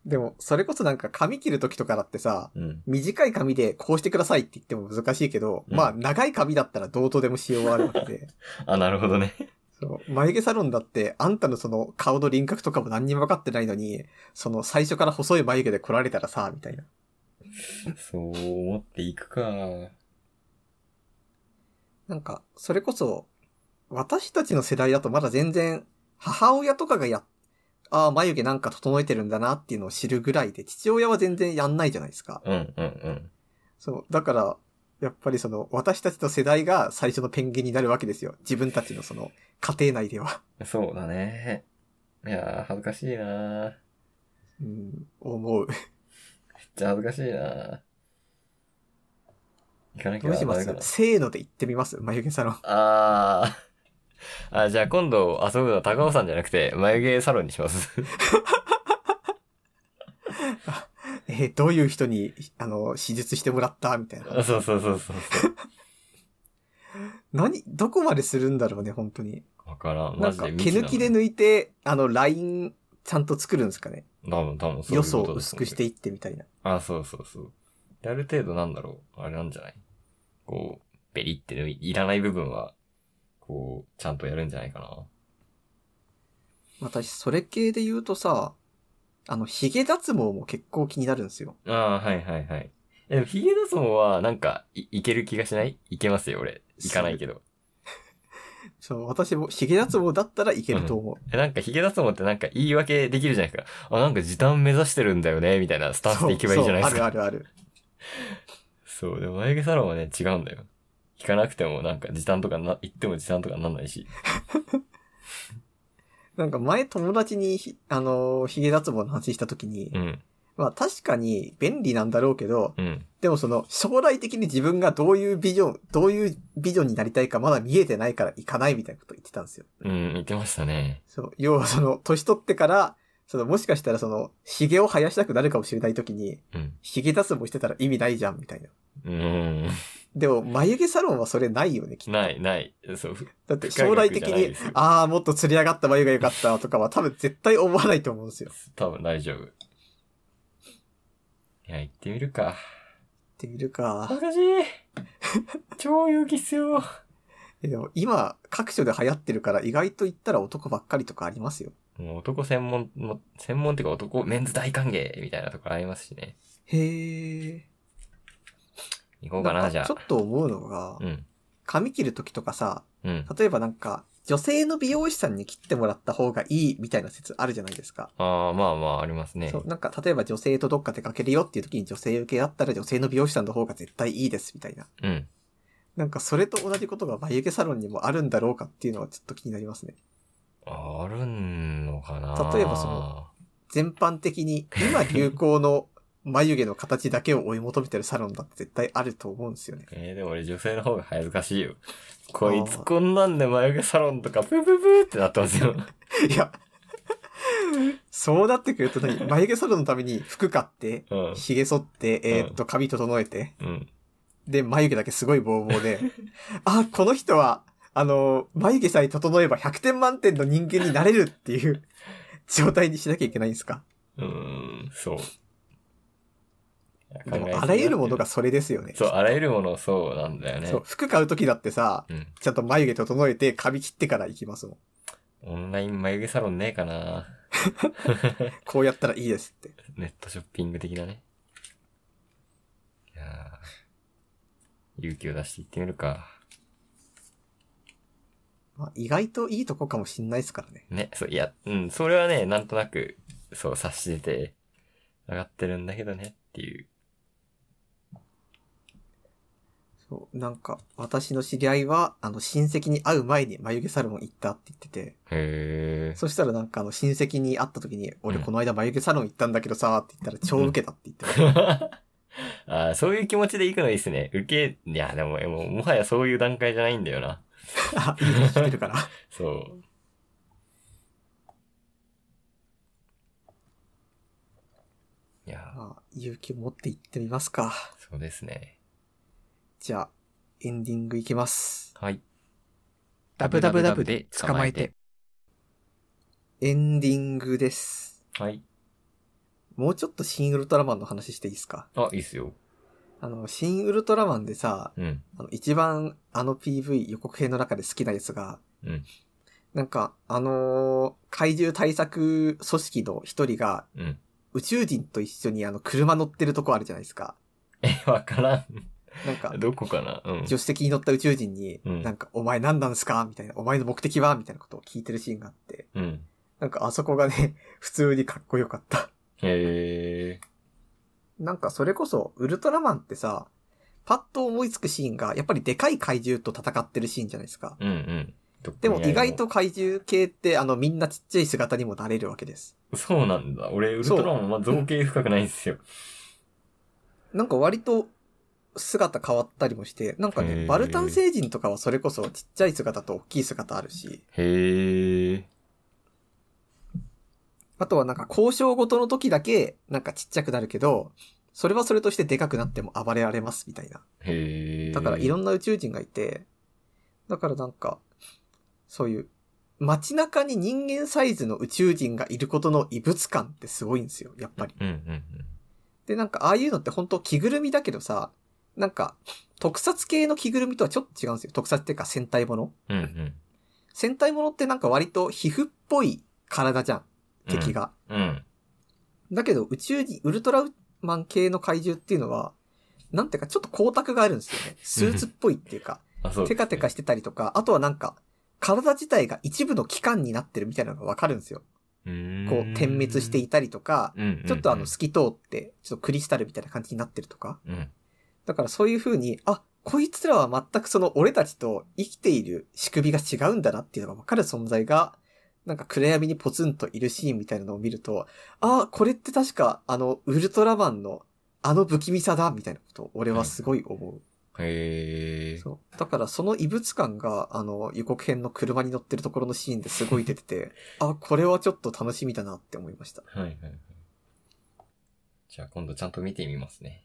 [SPEAKER 1] でも、それこそなんか髪切る時とかだってさ、
[SPEAKER 2] うん。
[SPEAKER 1] 短い髪でこうしてくださいって言っても難しいけど、
[SPEAKER 2] うん
[SPEAKER 1] まあ、長い髪だったらどうとでもしようはあるわけ で。
[SPEAKER 2] あ、なるほどね。
[SPEAKER 1] そう。眉毛サロンだって、あんたのその顔の輪郭とかも何にも分かってないのに、その最初から細い眉毛で来られたらさ、みたいな。
[SPEAKER 2] そう思っていくか。
[SPEAKER 1] なんか、それこそ、私たちの世代だとまだ全然、母親とかがや、ああ、眉毛なんか整えてるんだなっていうのを知るぐらいで、父親は全然やんないじゃないですか。
[SPEAKER 2] うんうんうん。
[SPEAKER 1] そう。だから、やっぱりその、私たちの世代が最初のペンギンになるわけですよ。自分たちのその、家庭内では。
[SPEAKER 2] そうだね。いやー、恥ずかしいなー。めっ
[SPEAKER 1] うん、思う。
[SPEAKER 2] ちゃ恥ずかしいなー。行かなき
[SPEAKER 1] ど
[SPEAKER 2] ゃ
[SPEAKER 1] うしま
[SPEAKER 2] ダメ
[SPEAKER 1] す
[SPEAKER 2] かな。
[SPEAKER 1] せーので行ってみます眉毛サロン。
[SPEAKER 2] あー。あ、じゃあ今度遊ぶのは高尾さんじゃなくて、眉毛サロンにします。
[SPEAKER 1] えーどういう人に、あの、手術してもらったみたいな。
[SPEAKER 2] あそうそうそうそうそう。
[SPEAKER 1] 何、どこまでするんだろうね、本当に。
[SPEAKER 2] わからん。
[SPEAKER 1] な
[SPEAKER 2] マ
[SPEAKER 1] ん
[SPEAKER 2] ジ
[SPEAKER 1] か、
[SPEAKER 2] で
[SPEAKER 1] 毛
[SPEAKER 2] 未知な
[SPEAKER 1] 抜きで
[SPEAKER 2] の
[SPEAKER 1] 抜いて、あの、ライン、ちゃんと作るんですかね。
[SPEAKER 2] 多分多分そうい
[SPEAKER 1] 予想
[SPEAKER 2] うことだと思
[SPEAKER 1] を
[SPEAKER 2] う
[SPEAKER 1] 薄くしていってみたいな。
[SPEAKER 2] あ、そうそうそう。である程度なんだろう。あれなんじゃないこう、ベリっていいらない部分は、こう、ちゃんとやるんじゃないかな。
[SPEAKER 1] 私、それ系で言うとさ、あの、髭脱毛も結構気になるんですよ。
[SPEAKER 2] ああ、はいはいはい。え、でもヒゲ脱毛は、なんか、い、いける気がしないいけますよ、俺。いかないけど。
[SPEAKER 1] そう、私も髭脱毛だったらいけると思う。
[SPEAKER 2] え、なんかヒゲ脱毛ってなんか言い訳できるじゃないですか。あ、なんか時短目指してるんだよね、みたいなスタンス
[SPEAKER 1] そう
[SPEAKER 2] でいけばいいじゃないです
[SPEAKER 1] そうあ
[SPEAKER 2] か。
[SPEAKER 1] るあるある。
[SPEAKER 2] そうでも眉毛サロンはね、違うんだよ。引かなくても、なんか時短とかな、行っても時短とかなんないし。
[SPEAKER 1] なんか前友達にひ、あのー、髭脱毛の話した時に、
[SPEAKER 2] うん、
[SPEAKER 1] まあ確かに便利なんだろうけど、
[SPEAKER 2] うん、
[SPEAKER 1] でもその、将来的に自分がどういうビジョン、どういうビジョンになりたいかまだ見えてないから行かないみたいなこと言ってたんですよ。
[SPEAKER 2] うん、言ってましたね。
[SPEAKER 1] そう、要はその、年取ってから、その、もしかしたらその、髭を生やしたくなるかもしれない時に、
[SPEAKER 2] うん、
[SPEAKER 1] 髭脱毛してたら意味ないじゃん、みたいな。
[SPEAKER 2] うん。
[SPEAKER 1] でも、眉毛サロンはそれないよね、きっと。
[SPEAKER 2] ない、ない。そう。
[SPEAKER 1] だって、将来的
[SPEAKER 2] 機械学じゃない
[SPEAKER 1] に
[SPEAKER 2] ですよ、
[SPEAKER 1] ああ、もっと釣り上がった眉が良かったとかは多分絶対思わないと思うんですよ。行
[SPEAKER 2] 多分大丈夫。いや、行ってみる
[SPEAKER 1] っ
[SPEAKER 2] か。
[SPEAKER 1] てみるか。
[SPEAKER 2] 恥ずかしい。 超勇気必要。
[SPEAKER 1] えでも、今、各所で流行ってるから、意外と言ったら男ばっかりとかありますよ。
[SPEAKER 2] もう男専門の、専門っていうか男、メンズ大歓迎みたいなところありますしね。
[SPEAKER 1] へえ。
[SPEAKER 2] 行こうかな、
[SPEAKER 1] ん
[SPEAKER 2] じゃ
[SPEAKER 1] ちょ
[SPEAKER 2] あ
[SPEAKER 1] っ。と思うのが
[SPEAKER 2] う、ん。
[SPEAKER 1] 髪切る時とかさ、
[SPEAKER 2] うん。
[SPEAKER 1] 例えばなんか、女性の美容師さんに切ってもらった方がいいみたいな説あるじゃないですか。
[SPEAKER 2] ああ、まあまあ、ありますね
[SPEAKER 1] そ。う、なんか、例えば女性とどっか出かけるよっていう時に女性受けだったら女性の美容師さんの方が絶対いいですみたいな。
[SPEAKER 2] うん。
[SPEAKER 1] なんか、それと同じことが眉毛サロンにもあるんだろうかっていうのはちょっと気になりますね。
[SPEAKER 2] あるのかな
[SPEAKER 1] 例えばその、全般的に今流行の眉毛の形だけを追い求めてるサロンだって絶対あると思うんですよね。
[SPEAKER 2] えー、でも俺女性の方が恥ずかしいよ。こいつこんなんで眉毛サロンとかプープープーってなってますよ。
[SPEAKER 1] いや、そうなってくると何眉毛サロンのために服買って、
[SPEAKER 2] うん。
[SPEAKER 1] 髭剃って、えーっと、髪整えて、
[SPEAKER 2] うん。
[SPEAKER 1] で、眉毛だけすごいボーボー で、あ、この人は、あの、眉毛さえ整えば100点満点の人間になれるっていう 状態にしなきゃいけないんですか
[SPEAKER 2] うーん、そう。いや
[SPEAKER 1] でも、あらゆるものが。それですよね。
[SPEAKER 2] そう、あらゆるものそうなんだよね。
[SPEAKER 1] そう、服買うときだってさ、
[SPEAKER 2] うん。
[SPEAKER 1] ちゃんと眉毛整えて髪切ってから行きますもん。
[SPEAKER 2] オンライン眉毛サロンねえかな
[SPEAKER 1] こうやったらいいですって。
[SPEAKER 2] ネットショッピング的なね。いやー勇気を出して行ってみるか。
[SPEAKER 1] まあ、意外といいとこかもしんないですからね。
[SPEAKER 2] ね、そう、いや、うん、それはね、なんとなく、そう、察してて、上がってるんだけどね、っていう。
[SPEAKER 1] そう、なんか、私の知り合いは、あの、親戚に会う前に眉毛サロン行ったって言ってて、
[SPEAKER 2] へえ。
[SPEAKER 1] そしたらなんかあの、親戚に会った時に、俺
[SPEAKER 2] うん
[SPEAKER 1] この間眉毛サロン行ったんだけどさ、って言ったら超ウケたって 言ってました
[SPEAKER 2] あーそういう気持ちで行くのいいっすね。受け、いや、でも、もうもはやそういう段階じゃないんだよな。
[SPEAKER 1] あ、いいね、してるから。
[SPEAKER 2] そう。いや、
[SPEAKER 1] まあ、勇気を持って行ってみますか。
[SPEAKER 2] そうですね。
[SPEAKER 1] じゃあ、エンディングいきます。
[SPEAKER 2] はい。
[SPEAKER 3] ダブダブダブで捕まえて。
[SPEAKER 1] エンディングです。
[SPEAKER 2] はい。
[SPEAKER 1] もうちょっと新ウルトラマンの話していいですか
[SPEAKER 2] あ、いいっすよ。
[SPEAKER 1] あの、新ウルトラマンでさ、
[SPEAKER 2] うん。
[SPEAKER 1] あの一番あの PV 予告編の中で好きなやつが、
[SPEAKER 2] うん
[SPEAKER 1] なんか、あのー怪獣対策組織の一人が、
[SPEAKER 2] うん。
[SPEAKER 1] 宇宙人と一緒にあの、車乗ってるとこあるじゃないですか。
[SPEAKER 2] え、わから
[SPEAKER 1] なんか
[SPEAKER 2] ん。、どこかなうん。
[SPEAKER 1] 助手席に乗った宇宙人に、
[SPEAKER 2] うん
[SPEAKER 1] なんか、お前何なんですかみたいな、お前の目的はみたいなことを聞いてるシーンがあって、
[SPEAKER 2] うん。
[SPEAKER 1] なんかあそこがね、 普通にかっこよかった。
[SPEAKER 2] へえ。
[SPEAKER 1] なんかそれこそ、ウルトラマンってさ、パッと思いつくシーンが、やっぱりでかい怪獣と戦ってるシーンじゃないですか。
[SPEAKER 2] うんうん。どこ
[SPEAKER 1] で
[SPEAKER 2] に
[SPEAKER 1] も
[SPEAKER 2] あるの
[SPEAKER 1] 意外。と怪獣系って、あの、みんなちっちゃい姿にもなれるわけです。
[SPEAKER 2] そうなんだ。俺、ウルトラマン、まあ、造形深くないんですよ。
[SPEAKER 1] なんか割と、姿変わったりもして、なんか
[SPEAKER 2] へ
[SPEAKER 1] ね、
[SPEAKER 2] ー
[SPEAKER 1] バルタン星人とかはそれこそちっちゃい姿と大きい姿あるし、
[SPEAKER 2] へえ。
[SPEAKER 1] あとはなんか交渉ごとの時だけ、なんかちっちゃくなるけど、それはそれとしてでかくなっても暴れられますみたいな。
[SPEAKER 2] へえ。
[SPEAKER 1] だからいろ
[SPEAKER 2] ん
[SPEAKER 1] んな宇宙人がいて、だからなんか、そういう、街中に人間サイズの宇宙人がいることの異物感ってすごいんですよ、やっぱり。
[SPEAKER 2] うんうん
[SPEAKER 1] で、なんか、ああいうのって本当着ぐるみだけどさ、なんか、特撮系の着ぐるみとはちょっと違うんですよ。特撮っていうか戦隊もの。
[SPEAKER 2] うん。うんうん。
[SPEAKER 1] 戦隊ものってなんか割と皮膚っぽい体じゃん。敵が。
[SPEAKER 2] うん。
[SPEAKER 1] だけど、宇宙人、ウルトラマン系の怪獣っていうのは、なんていうか、ちょっと光沢があるんですよね。スーツっぽいっていうか、
[SPEAKER 2] あ、そうです
[SPEAKER 1] テ
[SPEAKER 2] ね。
[SPEAKER 1] カテカしてたりとか、あとはなんか、体自体が一部の器官になってるみたいなのがわかるんですよ。
[SPEAKER 2] うーん、
[SPEAKER 1] こう、点滅していたりとか、
[SPEAKER 2] うんうんうん
[SPEAKER 1] ちょっとあの、透き通って、ちょっとクリスタルみたいな感じになってるとか。
[SPEAKER 2] うん。
[SPEAKER 1] だからそういう風に、あ、こいつらは全くその俺たちと生きている仕組みが違うんだなっていうのが分かる存在が、なんか暗闇にポツンといるシーンみたいなのを見ると、あ、これって確かあの、ウルトラマンのあの不気味さだみたいなことを俺はすごい思う。
[SPEAKER 2] へえ。
[SPEAKER 1] そう。だからその異物感が、あの、予告編の車に乗ってるところのシーンですごい出てて、あ、これはちょっと楽しみだなって思いました。
[SPEAKER 2] はいはいはい。じゃあ今度ちゃんと見てみますね。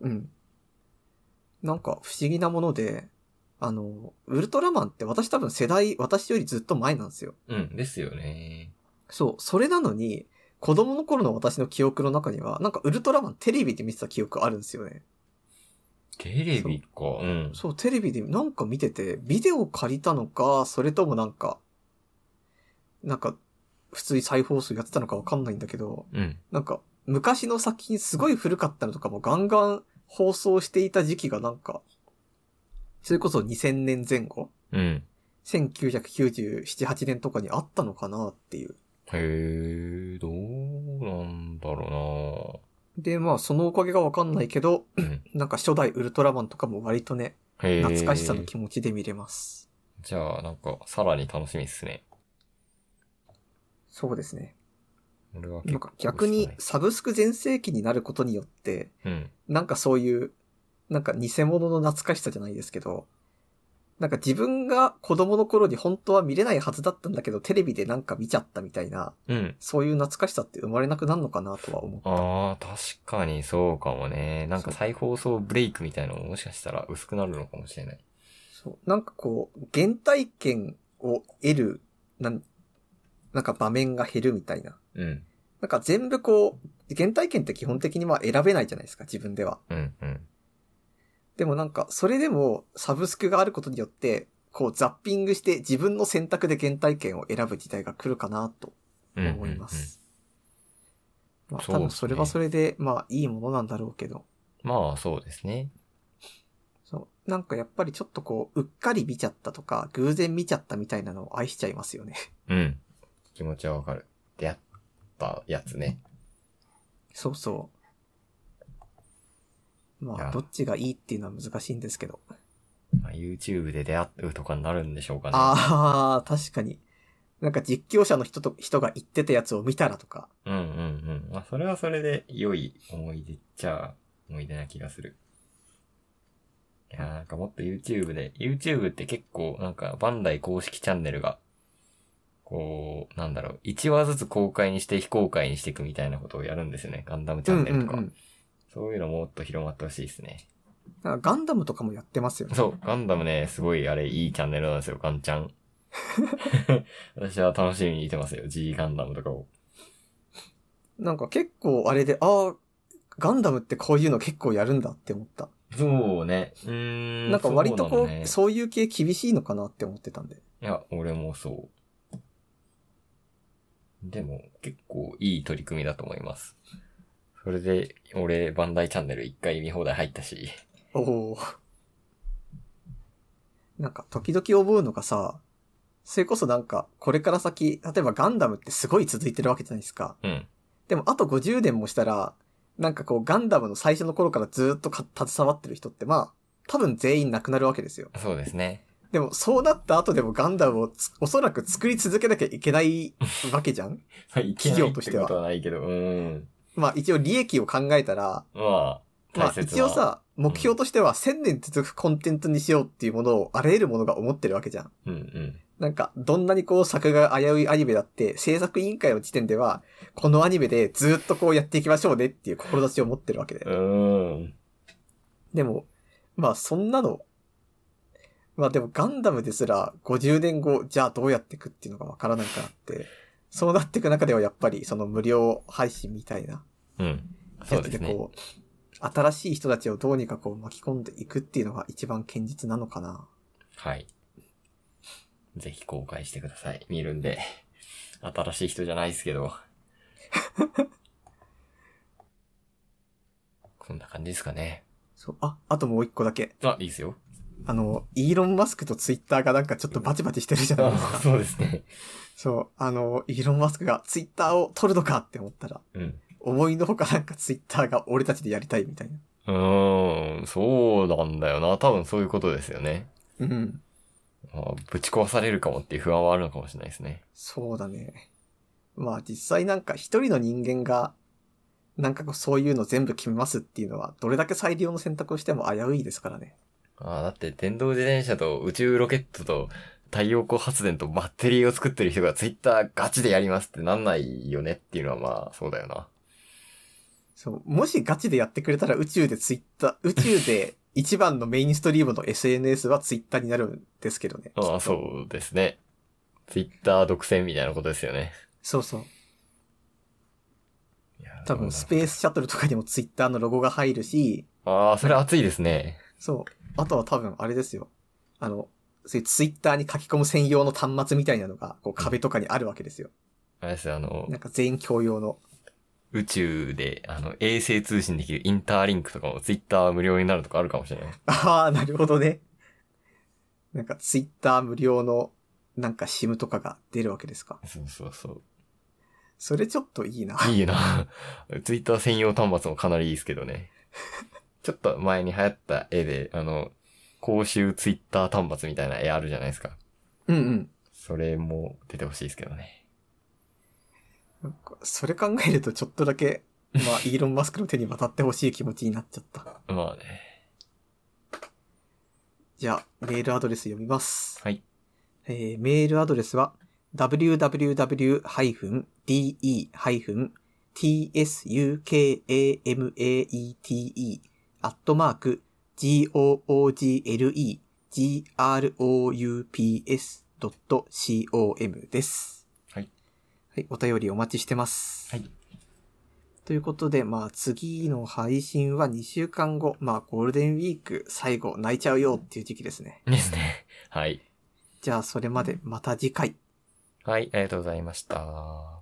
[SPEAKER 1] うん。なんか不思議なもので、あの、ウルトラマンって私多分世代、私よりずっと前なんですよ。
[SPEAKER 2] うん、ですよね。
[SPEAKER 1] そう、それなのに、子供の頃の私の記憶の中には、なんかウルトラマンテレビで見てた記憶あるんですよね。
[SPEAKER 2] テレビか。うん。
[SPEAKER 1] そう、テレビでなんか見てて、ビデオ借りたのか、それともなんか、なんか、普通に再放送やってたのかわかんないんだけど、
[SPEAKER 2] うん。
[SPEAKER 1] なんか、昔の作品すごい古かったのとかもガンガン放送していた時期がなんか、それこそ2000年前後
[SPEAKER 2] うん。
[SPEAKER 1] 1997、8年とかにあったのかなっていう。
[SPEAKER 2] へえ、どうなんだろ
[SPEAKER 1] で、まあ、そのおかげがわかんないけど、
[SPEAKER 2] うな。うん
[SPEAKER 1] なんか初代ウルトラマンとかも割とね、
[SPEAKER 2] へえ。
[SPEAKER 1] 懐かしさの気持ちで見れます。
[SPEAKER 2] じゃあなんか、さらに楽しみっすね。
[SPEAKER 1] そうですね。
[SPEAKER 2] 俺は
[SPEAKER 1] な
[SPEAKER 2] 結
[SPEAKER 1] ん
[SPEAKER 2] 構
[SPEAKER 1] か逆にサブスク全盛期になることによって、
[SPEAKER 2] うん。
[SPEAKER 1] なんかそういう、なんか偽物の懐かしさじゃないですけど、なんか自分が子供の頃に本当は見れないはずだったんだけど、テレビでなんか見ちゃったみたいな、
[SPEAKER 2] うん。
[SPEAKER 1] そういう懐かしさって生まれなくなるのかなとは思った。
[SPEAKER 2] ああ、確かにそうかもね。なんか再放送ブレイクみたいなのももしかしたら薄くなるのかもしれない。
[SPEAKER 1] そうなんかこう、原体験を得る、なん、なんか場面が減るみたいな。
[SPEAKER 2] うん。
[SPEAKER 1] なんか全部こう、原体験って基本的にまあ選べないじゃないですか、自分では。
[SPEAKER 2] うん、うん。
[SPEAKER 1] でもなんか、それでもサブスクがあることによって、こうザッピングして自分の選択で原体験を選ぶ時代が来るかなと
[SPEAKER 2] うん
[SPEAKER 1] 思いま。す。まあ
[SPEAKER 2] そう
[SPEAKER 1] 多
[SPEAKER 2] ですね
[SPEAKER 1] 分それはそれで、まあいいものなんだろうけど。
[SPEAKER 2] うんうんまあ、そうですね。
[SPEAKER 1] そう。なんかやっぱりちょっとこう、うっかり見ちゃったとか、偶然見ちゃったみたいなのを愛しちゃいますよね。
[SPEAKER 2] うん。気持ちはわかる。出会ったやつね。
[SPEAKER 1] そうそう。
[SPEAKER 2] い
[SPEAKER 1] まあ、
[SPEAKER 2] や
[SPEAKER 1] どっちがいいっていうのは難しいんですけど。
[SPEAKER 2] まあ YouTube で出会うとかになるんでしょうかね。
[SPEAKER 1] ああ、確かに。なんか実況者の人と、人が言ってたやつを見たらとか。
[SPEAKER 2] うんうんうん。まあ、それはそれで良い思い出っちゃ思い出な気がする。いやーなんかもっと YouTube で、YouTube って結構なんかバンダイ公式チャンネルが、こう、なんだろう、1話ずつ公開にして非公開にしていくみたいなことをやるんですよね。ガンダムチャンネルとか。
[SPEAKER 1] うんうんうん
[SPEAKER 2] そういうのもっと広まってほしいですね。
[SPEAKER 1] なんかガンダムとかもやってますよね。
[SPEAKER 2] そう、ガンダムね、すごいあれいいチャンネルなんですよ、ガンち ゃん。私は楽しみに見てますよ、G ガンダムとかを。
[SPEAKER 1] なんか結構あれで、ああ、ガンダムってこういうの結構やるんだって思った。
[SPEAKER 2] そうね。うーん。
[SPEAKER 1] なんか割とこう、
[SPEAKER 2] そ
[SPEAKER 1] そう
[SPEAKER 2] う,、ね、
[SPEAKER 1] いう系厳しいのかなって思ってたんで。
[SPEAKER 2] いや、俺もそう。でも、結構いい取り組みだと思います。それで、俺、バンダイチャンネル一回見放題入ったし。
[SPEAKER 1] おお。なんか時々思うのがさ、それこそなんか、これから先、例えばガンダムってすごい続いてるわけじゃないですか。
[SPEAKER 2] うん。
[SPEAKER 1] でもあと50年もしたら、なんかこうガンダムの最初の頃からずーっとか携わってる人ってまあ、多分全員亡くなるわけですよ。
[SPEAKER 2] そうですね。
[SPEAKER 1] でもそうなった後でもガンダムをつおそらく作り続けなきゃいけ ないわけじゃん
[SPEAKER 2] はい、
[SPEAKER 1] 企業としては
[SPEAKER 2] ことはないけど、うん。
[SPEAKER 1] まあ一応利益を考えたら、
[SPEAKER 2] まあ、
[SPEAKER 1] ま
[SPEAKER 2] 大
[SPEAKER 1] あ
[SPEAKER 2] 切な。
[SPEAKER 1] 一応、さ、目標としては1000年続くコンテンツにしようっていうものをあらゆるものが思ってるわけじゃん。
[SPEAKER 2] うんうん。
[SPEAKER 1] なんか、どんなにこう作画が危ういアニメだって、制作委員会の時点では、このアニメでずーっとこうやっていきましょうねっていう志を持ってるわけで。
[SPEAKER 2] うーん。
[SPEAKER 1] でも、まあそんなの、まあでもガンダムですら50年後、じゃあどうやっていくっていうのがわからないからって、そうなっていく中ではやっぱりその無料配信みたいな
[SPEAKER 2] うん。そ
[SPEAKER 1] や
[SPEAKER 2] う
[SPEAKER 1] つ
[SPEAKER 2] で
[SPEAKER 1] です
[SPEAKER 2] ね。
[SPEAKER 1] こう、新しい人たちをどうにかこう巻き込んでいくっていうのが一番堅実なのかな。
[SPEAKER 2] はい。ぜひ公開してください。見るんで。新しい人じゃないですけど。 こんな感じですかね。
[SPEAKER 1] そう、あ、あともう一個だけ。
[SPEAKER 2] あ、いいですよ。
[SPEAKER 1] あの、イーロン・マスクとツイッターがなんかちょっとバチバチしてるじゃないです
[SPEAKER 2] あ
[SPEAKER 1] か。
[SPEAKER 2] そうですね。
[SPEAKER 1] そう、あの、イーロン・マスクがツイッターを取るのかって思ったら、
[SPEAKER 2] うん。
[SPEAKER 1] 思いのほかなんかツイッターが俺たちでやりたいみたいな。
[SPEAKER 2] うーん、そうなんだよな。多分そういうことですよね。
[SPEAKER 1] うん。
[SPEAKER 2] あぶち壊されるかもっていう不安はあるのかもしれないですね。
[SPEAKER 1] そうだね。まあ実際なんか一人の人間が、なんかこうそういうの全部決めますっていうのは、どれだけ最良の選択をしても危ういですからね。
[SPEAKER 2] あだって電動自転車と宇宙ロケットと太陽光発電とバッテリーを作ってる人がツイッターガチでやりますってなんないよねっていうのはまあそうだよな。
[SPEAKER 1] そう、もしガチでやってくれたら宇宙でツイッター、宇宙で 一番のメインストリームの SNS はツイッターになるんですけどね。
[SPEAKER 2] ああ、そうですね。ツイッター独占みたいなことですよね。
[SPEAKER 1] そうそう。多分スペースシャトルとかにもツイッターのロゴが入るし、
[SPEAKER 2] ああ、それ熱いですね。
[SPEAKER 1] そう。あとは多分あれですよ。あの、そういうツイッターに書き込む専用の端末みたいなのが、こう壁とかにあるわけですよ。
[SPEAKER 2] あれですよ、あの、
[SPEAKER 1] なんか全員共用の。
[SPEAKER 2] 宇宙で、あの、衛星通信できるインターリンクとかもツイッター無料になるとかあるかもしれない。
[SPEAKER 1] ああ、なるほどね。なんかツイッター無料のなんか SIM とかが出るわけですか。
[SPEAKER 2] そうそうそ
[SPEAKER 1] それちょっといいな。
[SPEAKER 2] う。いいな。 ツイッター専用端末もかなりいいですけどね。ちょっと前に流行った絵で、あの、公衆ツイッター端末みたいな絵あるじゃないですか。
[SPEAKER 1] うんうん。
[SPEAKER 2] それも出てほしいですけどね。
[SPEAKER 1] それ考えるとちょっとだけ、まあ、イーロン・マスクの手に渡ってほしい気持ちになっちゃった。
[SPEAKER 2] まあね。
[SPEAKER 1] じゃあ、メールアドレス読みます。
[SPEAKER 2] はい。
[SPEAKER 1] えーメールアドレスは www-de-tsukamate.googlegroups.com です。
[SPEAKER 2] はい。
[SPEAKER 1] はい、お便りお待ちしてます。
[SPEAKER 2] はい。
[SPEAKER 1] ということで、まあ次の配信は2週間後、まあゴールデンウィーク最後泣いちゃうよっていう時期ですね。
[SPEAKER 2] ですね。はい。
[SPEAKER 1] じゃあそれまでまた次回。
[SPEAKER 2] はい、ありがとうございました。